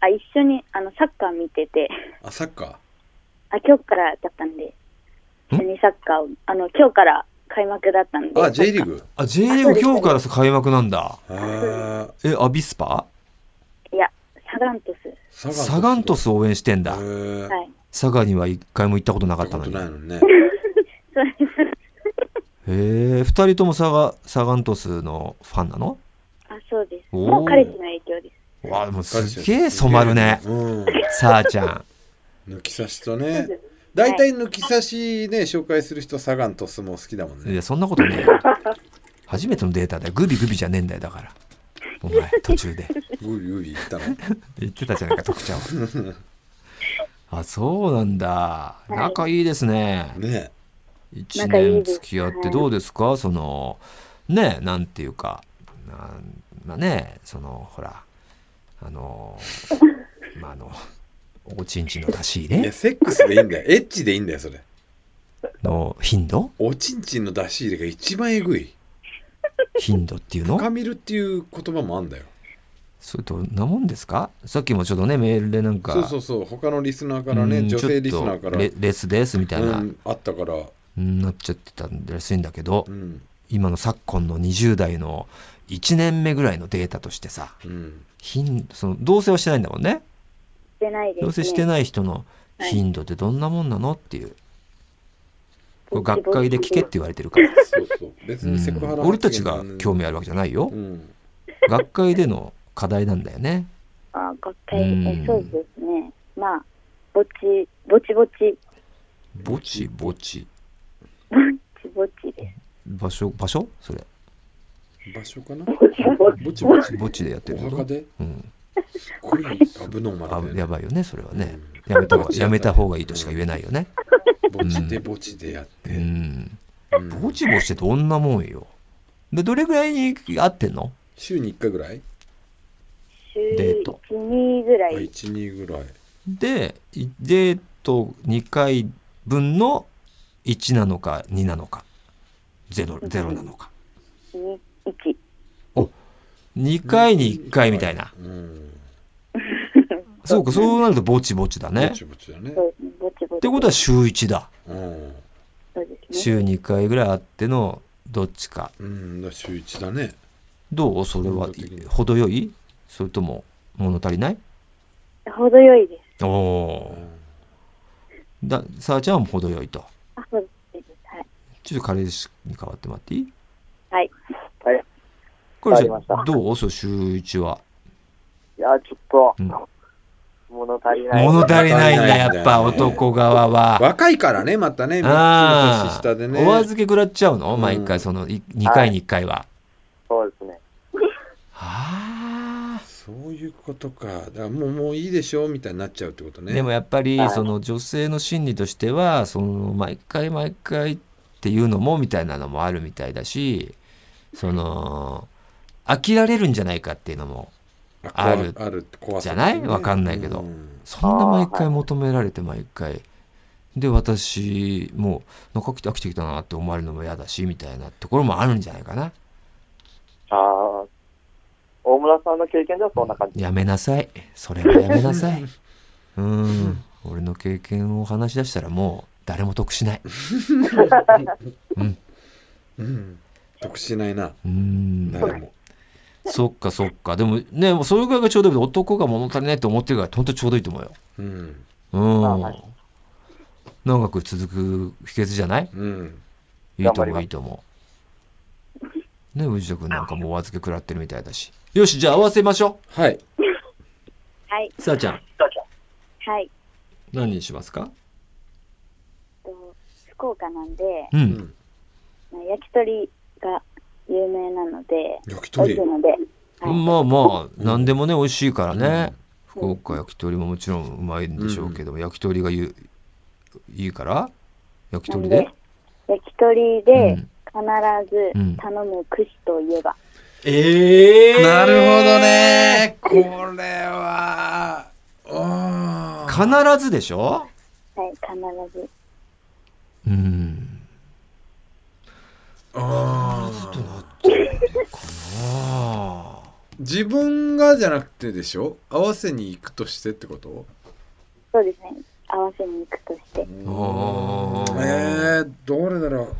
[SPEAKER 4] あ、一緒に、あの、サッカー見てて、
[SPEAKER 2] あ、サッカ
[SPEAKER 4] あ、今日からだったんで、
[SPEAKER 1] ん
[SPEAKER 4] 一緒にサッカーを、あの、今日から開幕だったん
[SPEAKER 2] ー
[SPEAKER 4] で。
[SPEAKER 2] あ、J リー
[SPEAKER 4] グ
[SPEAKER 2] グ。
[SPEAKER 1] あ、J リーグ今日からさ開幕なんだ。
[SPEAKER 2] ああ、
[SPEAKER 1] え、アビスパ
[SPEAKER 4] いや、サガントス。
[SPEAKER 2] サ
[SPEAKER 1] サガント
[SPEAKER 2] ス
[SPEAKER 1] ス応援してん
[SPEAKER 2] だ。
[SPEAKER 1] だ
[SPEAKER 2] へ。ー
[SPEAKER 4] はい。
[SPEAKER 1] 佐賀には一回も行ったことなか
[SPEAKER 2] 行っ
[SPEAKER 1] ったた
[SPEAKER 2] こ
[SPEAKER 1] の
[SPEAKER 2] と
[SPEAKER 1] に。
[SPEAKER 2] ない
[SPEAKER 1] へ
[SPEAKER 2] のにね。
[SPEAKER 4] そうで
[SPEAKER 1] え、
[SPEAKER 4] す。
[SPEAKER 1] 二人ともサガ、サガントスのファンなの
[SPEAKER 4] あ、そうです。
[SPEAKER 1] おー
[SPEAKER 4] もう彼氏の影響です。
[SPEAKER 1] わあ、もうすげえ染まるね。
[SPEAKER 2] うん。
[SPEAKER 1] さあちゃん。
[SPEAKER 2] 抜き差しとね、大体抜き差しね紹介する人サガンと相撲好きだもん
[SPEAKER 1] い
[SPEAKER 2] ね
[SPEAKER 1] やそんなことねえよ初めてのデータだよグビグビじゃねえんだよだからお前途中で
[SPEAKER 2] グビグビ言ったの
[SPEAKER 1] 言ってたじゃないか特徴あそうなんだ仲いいですね
[SPEAKER 2] ね
[SPEAKER 1] 1
[SPEAKER 4] 仲いい
[SPEAKER 1] 年
[SPEAKER 4] です
[SPEAKER 1] 付き合ってどうですかそのねなんていうかなんまあねそのほらあ のまああのおちんちんの出し入
[SPEAKER 2] いや
[SPEAKER 1] れ
[SPEAKER 2] セックスでいいんだよエッチでいいんだよそれ
[SPEAKER 1] の頻度
[SPEAKER 2] おちんちんの出し入れが一番えぐい
[SPEAKER 1] 頻度っていうの
[SPEAKER 2] 深みるっていう言葉もあんだよ
[SPEAKER 1] それどんなもんですかさっきもちょっとねメールでなんか
[SPEAKER 2] そうそうそう他のリスナーからね
[SPEAKER 1] うん
[SPEAKER 2] 女性リス
[SPEAKER 1] ち
[SPEAKER 2] ナーか
[SPEAKER 1] ょっと
[SPEAKER 2] ら
[SPEAKER 1] レレスですみたいな、
[SPEAKER 2] うん、あったから、
[SPEAKER 1] なっちゃってたんらしいんだけど、
[SPEAKER 2] うん
[SPEAKER 1] 今の昨今の20代の1年目ぐらいのデータとしてさ
[SPEAKER 2] うん、
[SPEAKER 1] 頻その同棲はしてないんだもんね
[SPEAKER 4] してないです、ね。
[SPEAKER 1] 同棲してない人の頻度ってどんなもんなのっていう、これ学会で聞けって言われてるから、
[SPEAKER 2] そうそう別にセクハラ、
[SPEAKER 1] うん俺たちが興味あるわけじゃないよ、
[SPEAKER 2] うん、
[SPEAKER 1] 学会での課題なんだよね
[SPEAKER 4] あ学会
[SPEAKER 1] うん
[SPEAKER 4] えそうですね。まあぼちぼちぼち
[SPEAKER 1] ぼちぼち
[SPEAKER 4] ぼちぼちです。
[SPEAKER 1] 場所場所それ
[SPEAKER 2] 場所かな
[SPEAKER 4] ぼちぼち
[SPEAKER 2] ぼちぼち
[SPEAKER 1] ぼちでやってる
[SPEAKER 2] お
[SPEAKER 1] こ
[SPEAKER 2] 墓
[SPEAKER 1] と
[SPEAKER 2] で
[SPEAKER 1] うん、
[SPEAKER 2] すごいアブノーマ
[SPEAKER 1] あ
[SPEAKER 2] ルだよね
[SPEAKER 1] やばいよねそれはね、やめた方がやめた方がいいとしか言えないよね
[SPEAKER 2] ぼちでぼちでやっ
[SPEAKER 1] う
[SPEAKER 2] て、
[SPEAKER 1] ん
[SPEAKER 2] うん
[SPEAKER 1] ぼちぼちってどんなもんよ。で、どれぐらいに合ってんの
[SPEAKER 2] 週に1回ぐらい
[SPEAKER 4] 週
[SPEAKER 1] デート
[SPEAKER 4] 一二ぐらい
[SPEAKER 2] 12ぐらい
[SPEAKER 1] で、いデート2回分の1なのか2なのか、0, ゼロなのか。
[SPEAKER 4] に一
[SPEAKER 1] 2回に1回みたいな。
[SPEAKER 2] うん
[SPEAKER 1] そうか、そうなるとぼちぼちだね
[SPEAKER 2] ぼ。ちぼちだね
[SPEAKER 4] そうですねぼちぼ
[SPEAKER 1] っ
[SPEAKER 4] ち。
[SPEAKER 1] てことは週1だ。
[SPEAKER 2] うん、
[SPEAKER 4] そうですね。
[SPEAKER 1] 週2回ぐらいあってのどっちか。
[SPEAKER 2] うん、だから週1だね
[SPEAKER 1] どうそれは程よいそれとも物足りない
[SPEAKER 4] 程よいです。
[SPEAKER 1] おおー。だ、さあちゃんも程よいと。
[SPEAKER 4] あそうですはい
[SPEAKER 1] ちょっと彼氏に変わってもらっていい
[SPEAKER 4] はい。
[SPEAKER 5] はい。
[SPEAKER 1] これじ
[SPEAKER 5] わかり
[SPEAKER 1] ゃ
[SPEAKER 5] ま
[SPEAKER 1] あ
[SPEAKER 5] し
[SPEAKER 1] どうそう週一はい
[SPEAKER 5] や、ちょっ
[SPEAKER 1] うん
[SPEAKER 5] と、物足りない。
[SPEAKER 1] 物足りないんだ
[SPEAKER 2] 物足りないんだよね
[SPEAKER 1] やっぱ男側は
[SPEAKER 2] 若いからねまたね3つの年
[SPEAKER 1] あ
[SPEAKER 2] 下で
[SPEAKER 1] あ
[SPEAKER 2] ね
[SPEAKER 1] お預け食らっちゃうの
[SPEAKER 2] うん
[SPEAKER 1] 毎回そのい二回に一回は
[SPEAKER 5] そうですね。
[SPEAKER 1] はあ
[SPEAKER 2] そういうことか。だからもうもういいでしょみたいになっちゃうってことね。
[SPEAKER 1] でもやっぱり
[SPEAKER 5] はい
[SPEAKER 1] その女性の心理としてはその毎回毎回っていうのもみたいなのもあるみたいだしその飽きられるんじゃないかっていうのも
[SPEAKER 2] あ
[SPEAKER 1] ある
[SPEAKER 2] ある怖
[SPEAKER 1] じ
[SPEAKER 2] さ
[SPEAKER 1] ゃないわかんないけど
[SPEAKER 2] ん
[SPEAKER 1] そんな毎回求められて毎回。で、私、もう、なんか飽きて飽きてきたなって思われるのも嫌だし、みたいなところもあるんじゃないかな。
[SPEAKER 5] ああ、大村さんの経験ではそんな感じ。
[SPEAKER 1] やめなさい。それはやめなさい。うん。俺の経験を話し出したらもう、誰も得しない。
[SPEAKER 2] うん。得しないな。
[SPEAKER 1] うん。
[SPEAKER 2] 誰も。
[SPEAKER 1] そっかそっか。でもね、もうそれぐらいがちょうどいい。男が物足りないと思ってるから、ほんとちょうどいいと思うよ。
[SPEAKER 2] うん。
[SPEAKER 1] うん。長く続く秘訣じゃない
[SPEAKER 2] うん。
[SPEAKER 1] いいと思う、いいと思う。ね、藤田君なんかもうお預け食らってるみたいだし。よし、じゃあ合わせましょ。
[SPEAKER 2] はい。
[SPEAKER 4] はいう
[SPEAKER 1] さあちゃん、
[SPEAKER 4] はい。
[SPEAKER 1] 何にしますか
[SPEAKER 4] と福岡なんで、
[SPEAKER 1] う。
[SPEAKER 2] うんん。
[SPEAKER 4] まあ焼き鳥が有名なので
[SPEAKER 2] 焼き
[SPEAKER 4] 美
[SPEAKER 2] 鳥
[SPEAKER 4] 味しい。ので、はい
[SPEAKER 1] まあまあ、何でもね、美味しいからね。
[SPEAKER 4] うん
[SPEAKER 1] 福岡焼き鳥ももちろんうまいんでしょうけど、焼き鳥がゆいいから焼き鳥で
[SPEAKER 4] 焼き鳥
[SPEAKER 1] う
[SPEAKER 4] で
[SPEAKER 1] ん
[SPEAKER 4] 必ず頼む串といえば、
[SPEAKER 1] え
[SPEAKER 2] なるほどね。これは。ああ。
[SPEAKER 1] 必ずでしょ
[SPEAKER 4] はい必ず
[SPEAKER 1] うん。
[SPEAKER 2] ああ
[SPEAKER 1] ああ。
[SPEAKER 2] 自分がじゃなくてでしょ合わせに行くとしてってこと
[SPEAKER 4] そうですね合わせに行くとして
[SPEAKER 1] あ
[SPEAKER 2] え
[SPEAKER 1] ー
[SPEAKER 2] ー、どれだろう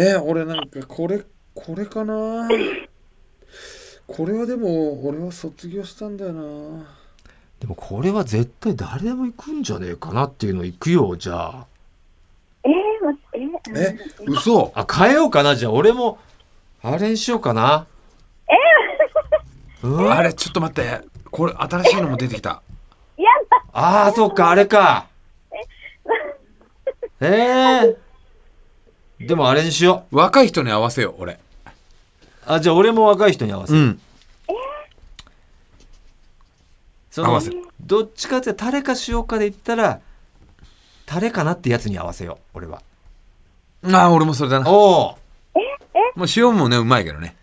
[SPEAKER 2] えー、俺なんかこれこれかなこれはでも俺は卒業したんだよな
[SPEAKER 1] でもこれは絶対誰でも行くんじゃねえかなっていうの行くよ、じゃあ。
[SPEAKER 4] えー、まえー、
[SPEAKER 2] え嘘
[SPEAKER 1] あ、変えようかな。じゃあ、俺も、あれにしようかな。えうん、あ
[SPEAKER 2] あれちょっと待ってこれ新しいのも出てきた
[SPEAKER 4] やだ
[SPEAKER 1] あー、そっか、あれか。えーでもあれにしよう。
[SPEAKER 2] 若い人に合わせよう俺
[SPEAKER 1] あ、じゃあ俺も若い人に合わせ
[SPEAKER 2] う
[SPEAKER 1] る。
[SPEAKER 2] ん
[SPEAKER 1] その
[SPEAKER 2] 合わせる
[SPEAKER 1] どっちかって誰かしようかで言ったら、誰かなってやつに合わせよう、俺は。
[SPEAKER 2] ああ俺もそれだなもう
[SPEAKER 1] おお
[SPEAKER 2] 塩もねうまいけどね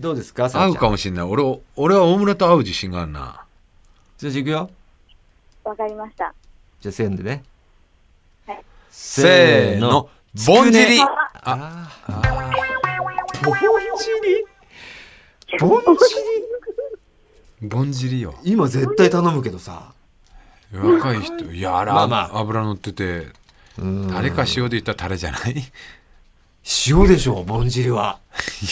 [SPEAKER 1] どうですかさ
[SPEAKER 2] 合
[SPEAKER 1] あ
[SPEAKER 2] う
[SPEAKER 1] ちゃ
[SPEAKER 2] か
[SPEAKER 1] ん。
[SPEAKER 2] もしんない俺を俺は大村と合う自信があるな
[SPEAKER 1] じゃあ行くよ。
[SPEAKER 4] わかりました。
[SPEAKER 1] じゃあせーのでね。
[SPEAKER 2] せーの
[SPEAKER 1] つくね
[SPEAKER 2] ぼんじり
[SPEAKER 1] ああー。ぼんじりぼんじ
[SPEAKER 2] ぼんじりよ
[SPEAKER 1] り今絶対頼むけどさ。
[SPEAKER 2] 若い人い やあら、
[SPEAKER 1] まあまあ
[SPEAKER 2] 油乗ってて
[SPEAKER 1] うん
[SPEAKER 2] 誰か塩で言ったらタレじゃない い
[SPEAKER 1] 塩でしょ、ぼんじりは。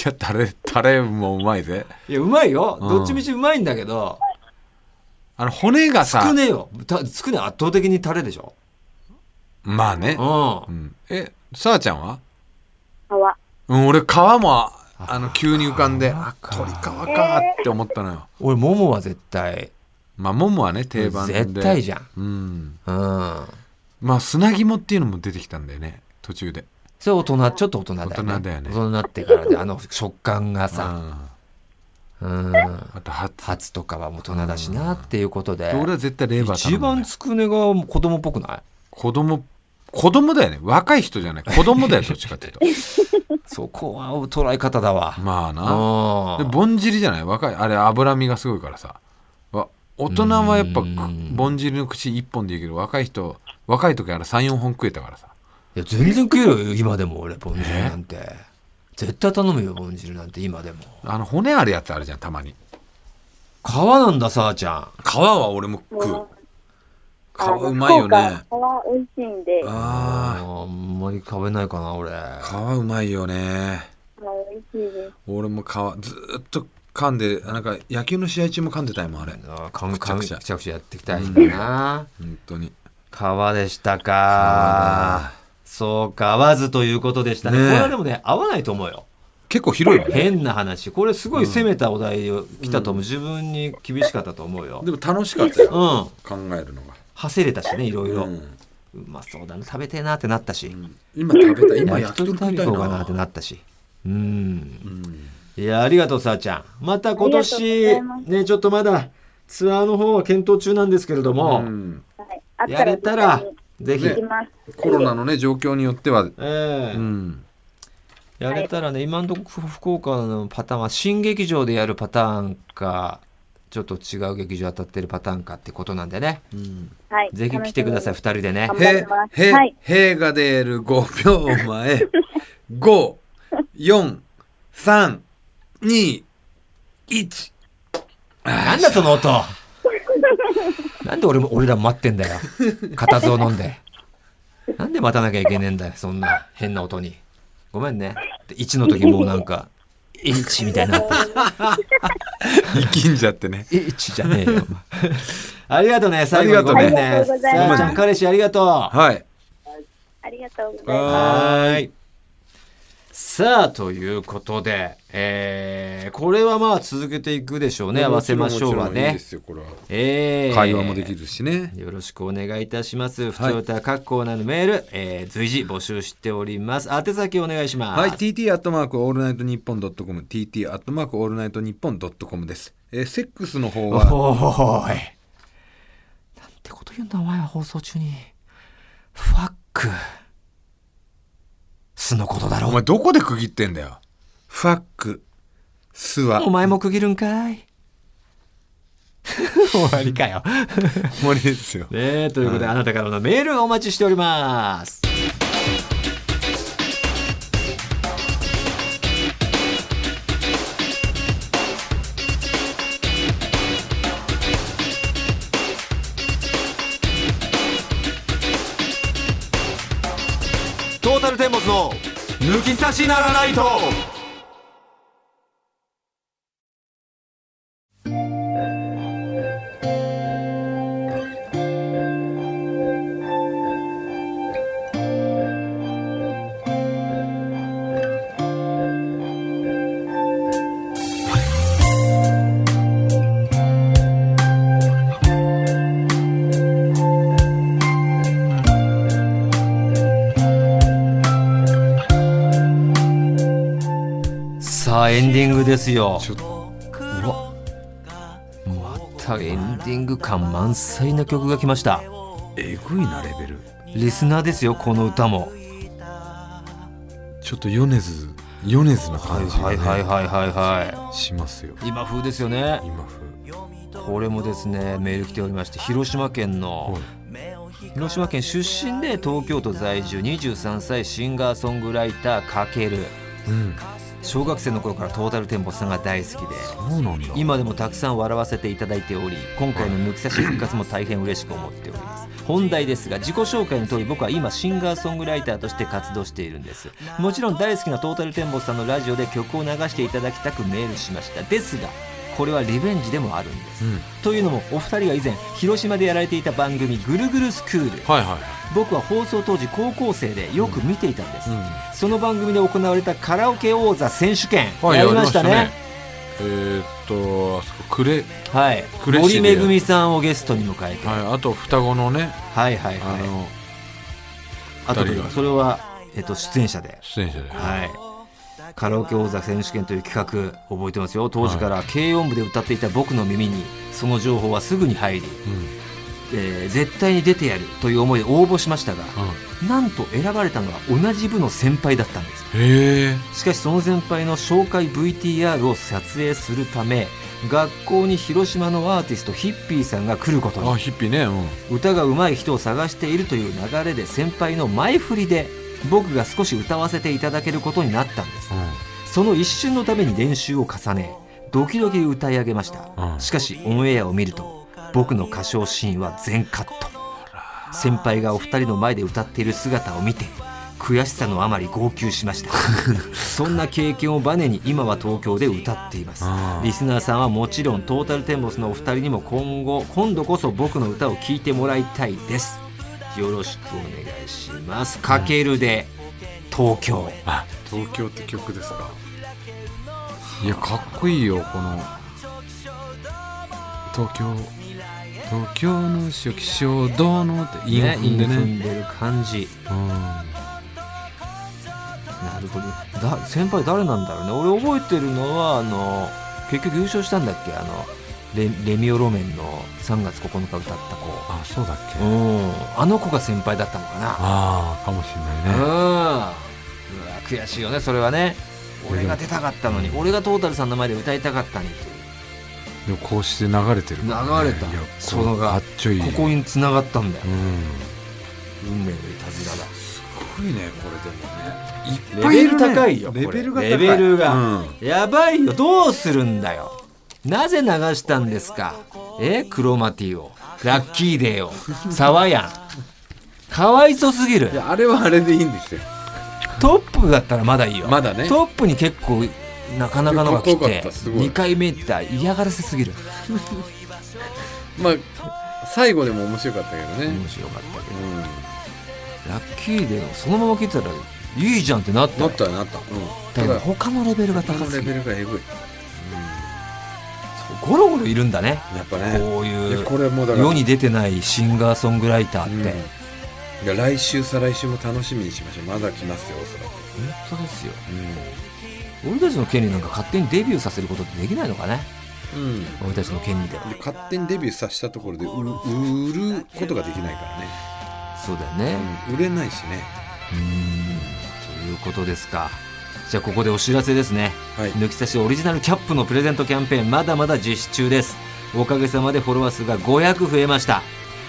[SPEAKER 2] やタレタレもうまいぜ
[SPEAKER 1] いや、うまいよ。
[SPEAKER 2] うん
[SPEAKER 1] どっちみちうまいんだけど、
[SPEAKER 2] あの骨が
[SPEAKER 1] つ
[SPEAKER 2] さ
[SPEAKER 1] くねよ。たつくね圧倒的にタレでしょ。
[SPEAKER 2] まあね
[SPEAKER 1] う、ん
[SPEAKER 2] う。ん、えさあちゃんは
[SPEAKER 4] 皮。わ
[SPEAKER 2] うん、俺皮もああの急に浮かんであ
[SPEAKER 1] 皮か
[SPEAKER 2] 鳥皮かって思ったのよ
[SPEAKER 1] 俺、ももは絶対。
[SPEAKER 2] まあももはね定番で
[SPEAKER 1] 絶対じゃん。
[SPEAKER 2] うん
[SPEAKER 1] うん。
[SPEAKER 2] まあ砂肝っていうのも出てきたんだよね途中で
[SPEAKER 1] それ大人、ちょっと大人だよね。
[SPEAKER 2] 大人だよね
[SPEAKER 1] 大人になってからで、あの食感がさ。
[SPEAKER 2] あ
[SPEAKER 1] うん。
[SPEAKER 2] あとはつ
[SPEAKER 1] 初とかはもう大人だしなっていうことで。
[SPEAKER 2] 俺は絶対レバー
[SPEAKER 1] 一
[SPEAKER 2] 頼むんだ
[SPEAKER 1] 番
[SPEAKER 2] よ
[SPEAKER 1] つくねが子供っぽくない
[SPEAKER 2] 子供子供だよね若い人じゃない子供だよどっちかっていう と
[SPEAKER 1] そこは捉え方だわ。
[SPEAKER 2] まあな
[SPEAKER 1] あ
[SPEAKER 2] でぼんじりじゃない若いあれ脂身がすごいからさわ大人はやっぱ
[SPEAKER 1] う
[SPEAKER 2] く
[SPEAKER 1] ん
[SPEAKER 2] ぼんじりの口1本でいいけど若い人若い時あれ34本食えたからさ
[SPEAKER 1] いや全然食えるよ今でも俺ぼんじりなんて絶対頼むよぼんじりなんて今でも
[SPEAKER 2] あの骨あるやつあるじゃんたまに
[SPEAKER 1] 皮なんださあちゃん
[SPEAKER 2] 皮は俺も食う
[SPEAKER 4] あ
[SPEAKER 2] 皮うまいよね
[SPEAKER 4] 福岡皮美味しいんで、皮
[SPEAKER 1] あ
[SPEAKER 2] あ
[SPEAKER 1] ーあんまり食べないかな俺
[SPEAKER 2] ー皮うまいよね
[SPEAKER 4] 美味しいです。
[SPEAKER 2] 俺も皮ずーっと噛んでなんか野球の試合中も噛んでたよもんあれ
[SPEAKER 1] あーカンカン
[SPEAKER 2] く
[SPEAKER 1] く
[SPEAKER 2] ち
[SPEAKER 1] ち
[SPEAKER 2] ゃ
[SPEAKER 1] ゃ
[SPEAKER 2] く
[SPEAKER 1] くちゃやっていきたいんだな
[SPEAKER 2] 本当に
[SPEAKER 1] 皮でしたかそうか合わずということでしたね
[SPEAKER 2] ねえ
[SPEAKER 1] これはでもね合わないと思うよ
[SPEAKER 2] 結構広いよね
[SPEAKER 1] 変な話これすごい攻めたお題を来たと思う、自分に厳しかったと思うよ
[SPEAKER 2] でも楽しかったよ
[SPEAKER 1] うんは
[SPEAKER 2] 考えるのが
[SPEAKER 1] せれたしねいろいろ、
[SPEAKER 2] う
[SPEAKER 1] うんまそうだな食べてえなってなったし、
[SPEAKER 2] 今食べたい今
[SPEAKER 1] や
[SPEAKER 2] 焼
[SPEAKER 1] っ
[SPEAKER 2] き鳥食いた
[SPEAKER 1] と
[SPEAKER 2] いな
[SPEAKER 1] こうかなってなったし。うん。
[SPEAKER 2] うん
[SPEAKER 1] いや、ありがとう、さあちゃん。また今
[SPEAKER 4] ありがと
[SPEAKER 1] 年
[SPEAKER 4] うございま、
[SPEAKER 1] ね、ちょっとまだツアーの方は検討中なんですけれども、
[SPEAKER 2] うん
[SPEAKER 4] はい。あった
[SPEAKER 1] や
[SPEAKER 4] ら
[SPEAKER 1] れ
[SPEAKER 4] 絶対
[SPEAKER 1] たら
[SPEAKER 4] に、
[SPEAKER 1] ぜひ、
[SPEAKER 2] ね
[SPEAKER 4] 行きます。
[SPEAKER 2] コロナのね状況によっては
[SPEAKER 1] ええ
[SPEAKER 2] うん
[SPEAKER 1] やれたらね、今のところ福岡のパターンは、新劇場でやるパターンか、ちょっと違う劇場当たってるパターンかってことなんでね、
[SPEAKER 4] はい。
[SPEAKER 1] ぜひ来てください、
[SPEAKER 4] 楽し
[SPEAKER 1] 二人でね。
[SPEAKER 4] 頑張り
[SPEAKER 2] へ
[SPEAKER 4] ま、す
[SPEAKER 2] へ
[SPEAKER 4] はい、
[SPEAKER 2] へが出る5秒前。5、4、3、2、1。
[SPEAKER 1] なんだその音なんで俺も俺ら待ってんだよ固唾を飲んでなんで待たなきゃいけねえんだよそんな変な音にごめんねで1の時もうなんか「1」みたいな
[SPEAKER 2] 生きんじゃってね
[SPEAKER 1] 「。1」じゃねえよありがとうね最後にごめん
[SPEAKER 4] あり
[SPEAKER 1] ね
[SPEAKER 4] がとうござい
[SPEAKER 1] さ
[SPEAKER 4] ます
[SPEAKER 1] あちゃん彼氏ありがとう
[SPEAKER 2] はい。
[SPEAKER 4] み。ありがとうございます。
[SPEAKER 1] はーい。さあ、ということで、えーこれはまあ続けていくでしょうね、合わせましょうは
[SPEAKER 2] もちろんいい
[SPEAKER 1] ね
[SPEAKER 2] で。すよ、これは。
[SPEAKER 1] えー
[SPEAKER 2] 会話もできるしね。
[SPEAKER 1] よろしくお願いいたします。不調た各コーナーのメール、えー随時募集しております。宛先お願いします。
[SPEAKER 2] はい、TT アットマークオールナイトニッポンドットコム、TT アットマークオールナイトニッポンドットコムです。えーセックスの方
[SPEAKER 1] お
[SPEAKER 2] は、
[SPEAKER 1] ーい。なんてこと言うんだ、お前は放送中に。ファック。巣のことだろ
[SPEAKER 2] お前どこで区切ってんだよ。ファック、スは、
[SPEAKER 1] お前も区切るんかい。 終わりかよ。
[SPEAKER 2] 森ですよ。
[SPEAKER 1] ねえということで、あなたからのメールをお待ちしております。トータルテンボスの抜き差しならないと。
[SPEAKER 6] 「
[SPEAKER 1] さあエンディングですよ
[SPEAKER 2] ちょっと
[SPEAKER 1] うわまたエンディング感満載な曲が来ました
[SPEAKER 2] えぐいなレベル
[SPEAKER 1] リスナーですよこの歌も
[SPEAKER 2] ちょっと米津米津の
[SPEAKER 1] はい
[SPEAKER 2] 感じが、
[SPEAKER 1] は
[SPEAKER 2] ね
[SPEAKER 1] いはいはいはいは
[SPEAKER 2] しますよ
[SPEAKER 1] い今風ですよね
[SPEAKER 2] 今風
[SPEAKER 1] これもですねメール来ておりまして広島県の
[SPEAKER 2] はい
[SPEAKER 1] 広島県出身で東京都在住23歳シンガーソングライターかける
[SPEAKER 2] うん
[SPEAKER 1] 小学生の頃からトータルテンボスさんが大好きで
[SPEAKER 2] そうなんだ
[SPEAKER 1] 今でもたくさん笑わせていただいており今回の抜き差し復活も大変嬉しく思っております本題ですが自己紹介の通り僕は今シンガーソングライターとして活動しているんですもちろん大好きなトータルテンボスさんのラジオで曲を流していただきたくメールしましたですがこれはリベンジでもあるんです
[SPEAKER 2] うん
[SPEAKER 1] というのもお二人が以前広島でやられていた番組「ぐるぐるスクール
[SPEAKER 2] はいはい」
[SPEAKER 1] 僕は放送当時高校生でよく見ていたんです、
[SPEAKER 2] うん
[SPEAKER 1] その番組で行われたカラオケ王座選手権、
[SPEAKER 2] はい
[SPEAKER 1] やりました
[SPEAKER 2] やり
[SPEAKER 1] ね
[SPEAKER 2] ましたねえーっとあそこくれ
[SPEAKER 1] はい
[SPEAKER 2] 呉市
[SPEAKER 1] 森
[SPEAKER 2] で
[SPEAKER 1] めぐみさんをゲストに迎えて、はい、
[SPEAKER 2] はいあと双子のね
[SPEAKER 1] はいはい
[SPEAKER 2] あの、
[SPEAKER 1] あと
[SPEAKER 2] 二人が
[SPEAKER 1] それは、えっと、出演者で、
[SPEAKER 2] 出演者で
[SPEAKER 1] はい、カラオケ王座選手権という企画覚えてますよ当時から軽音部で歌っていた僕の耳にその情報はすぐに入り、
[SPEAKER 2] うんうん
[SPEAKER 1] えー絶対に出てやるという思いで応募しましたが、なんと選ばれたのは同じ部の先輩だったんです
[SPEAKER 2] へえ
[SPEAKER 1] しかしその先輩の紹介 VTR を撮影するため学校に広島のアーティストヒッピーさんが来ること
[SPEAKER 2] あ
[SPEAKER 1] に
[SPEAKER 2] ヒッピーねうん
[SPEAKER 1] 歌が上手い人を探しているという流れで先輩の前振りで僕が少し歌わせていただけることになったんですその一瞬のために練習を重ねドキドキ歌い上げました
[SPEAKER 2] うん
[SPEAKER 1] しかしオンエアを見ると僕の歌唱シーンは全カット先輩がお二人の前で歌っている姿を見て悔しさのあまり号泣しました そんな経験をバネに今は東京で歌っています
[SPEAKER 2] あー
[SPEAKER 1] リスナーさんはもちろんトータルテンボスのお二人にも今後今度こそ僕の歌を聴いてもらいたいですよろしくお願いしますかけるで東京
[SPEAKER 2] あ東京って曲ですかいやかっこいいよこの東京東京の初期衝動のって韻を
[SPEAKER 1] ね
[SPEAKER 2] 踏んでね
[SPEAKER 1] 韻踏んでる感じ
[SPEAKER 2] うん
[SPEAKER 1] なるほどだ先輩誰なんだろうね俺覚えてるのはあの結局優勝したんだっけあのレレミオロメンの3月9日歌った子
[SPEAKER 2] あそうだっけ
[SPEAKER 1] うんあの子が先輩だったのかな
[SPEAKER 2] ああかもしれ
[SPEAKER 1] うん
[SPEAKER 2] ないうね
[SPEAKER 1] わ悔しいよねそれはね俺が出たかったのに
[SPEAKER 2] うん
[SPEAKER 1] 俺がトータルさんの前で歌いたかったのにって
[SPEAKER 2] でもこうして流れてるからね
[SPEAKER 1] 流れた
[SPEAKER 2] いやこう
[SPEAKER 1] そのが
[SPEAKER 2] かっちょいい
[SPEAKER 1] いうここに繋がったんだよ
[SPEAKER 2] うん
[SPEAKER 1] 運命のいたずらだ
[SPEAKER 2] すごいねこれで
[SPEAKER 1] レ
[SPEAKER 2] もねいっぱい
[SPEAKER 1] ベ
[SPEAKER 2] いる
[SPEAKER 1] ル
[SPEAKER 2] ね
[SPEAKER 1] 高いよ
[SPEAKER 2] レベルが高い
[SPEAKER 1] レベルが、
[SPEAKER 2] うん
[SPEAKER 1] やばいよどうするんだよなぜ流したんですかえクロマティをラッキーデーをサワヤンかわいそすぎる
[SPEAKER 2] いやあれはあれでいいんですよ
[SPEAKER 1] トップだったらまだいいよ
[SPEAKER 2] まだね
[SPEAKER 1] トップに結構なかなかのが来
[SPEAKER 2] かっこよ
[SPEAKER 1] て
[SPEAKER 2] かったすごい
[SPEAKER 1] 2回目行ったら嫌がらせすぎる
[SPEAKER 2] まあ最後でも面白かったけどね、
[SPEAKER 1] 面白かったけど
[SPEAKER 2] うん
[SPEAKER 1] ラッキーデーをそのまま聞いてたらいいじゃんってなった
[SPEAKER 2] な
[SPEAKER 1] よ
[SPEAKER 2] ったよなった、うん、
[SPEAKER 1] だ
[SPEAKER 2] た
[SPEAKER 1] から
[SPEAKER 2] だ
[SPEAKER 1] 他のレベルが
[SPEAKER 2] 他
[SPEAKER 1] 高
[SPEAKER 2] の
[SPEAKER 1] す
[SPEAKER 2] レ
[SPEAKER 1] ぎ
[SPEAKER 2] ベ
[SPEAKER 1] る
[SPEAKER 2] ルがえぐい
[SPEAKER 1] ゴロゴロいるんだね
[SPEAKER 2] やっぱね
[SPEAKER 1] こう
[SPEAKER 2] い
[SPEAKER 1] い
[SPEAKER 2] や
[SPEAKER 1] う
[SPEAKER 2] これもうだから
[SPEAKER 1] 世に出てないシンガーソングライターって、
[SPEAKER 2] うんいや来週再来週も楽しみにしましょうまだ来ますよおそらく、
[SPEAKER 1] 本当ですよ
[SPEAKER 2] う
[SPEAKER 1] 俺たちの権利なんか勝手にデビューさせることってできないのかね
[SPEAKER 2] んうん、で
[SPEAKER 1] 俺たちの権利で
[SPEAKER 2] 勝手にデビューさせたところで売る売ることができないからね、
[SPEAKER 1] そうだよね
[SPEAKER 2] うん、売れないしね
[SPEAKER 1] うんということですかじゃあここでお知らせですね
[SPEAKER 2] はい
[SPEAKER 1] 抜き差しオリジナルキャップのプレゼントキャンペーンまだまだ実施中ですおかげさまでフォロワー数が500増えました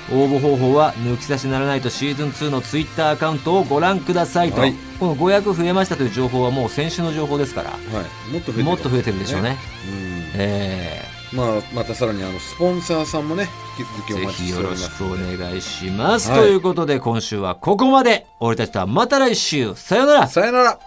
[SPEAKER 1] 応募方法は抜き差しならないとシーズン2のツイッターアカウントをご覧くださいと、
[SPEAKER 2] はい
[SPEAKER 1] この500増えましたという情報はもう先週の情報ですから
[SPEAKER 2] はい、もっと増えてる
[SPEAKER 1] もっと増えてるでしょうね、
[SPEAKER 2] うん
[SPEAKER 1] え
[SPEAKER 2] まあ、またさらにあのスポンサーさんもね引き続きお
[SPEAKER 1] ぜ
[SPEAKER 2] 待ち
[SPEAKER 1] ひ
[SPEAKER 2] して
[SPEAKER 1] よろ
[SPEAKER 2] おります
[SPEAKER 1] しくお願いします、
[SPEAKER 2] はい
[SPEAKER 1] ということで今週はここまで俺たちとはまた来週さよなら
[SPEAKER 2] さよなら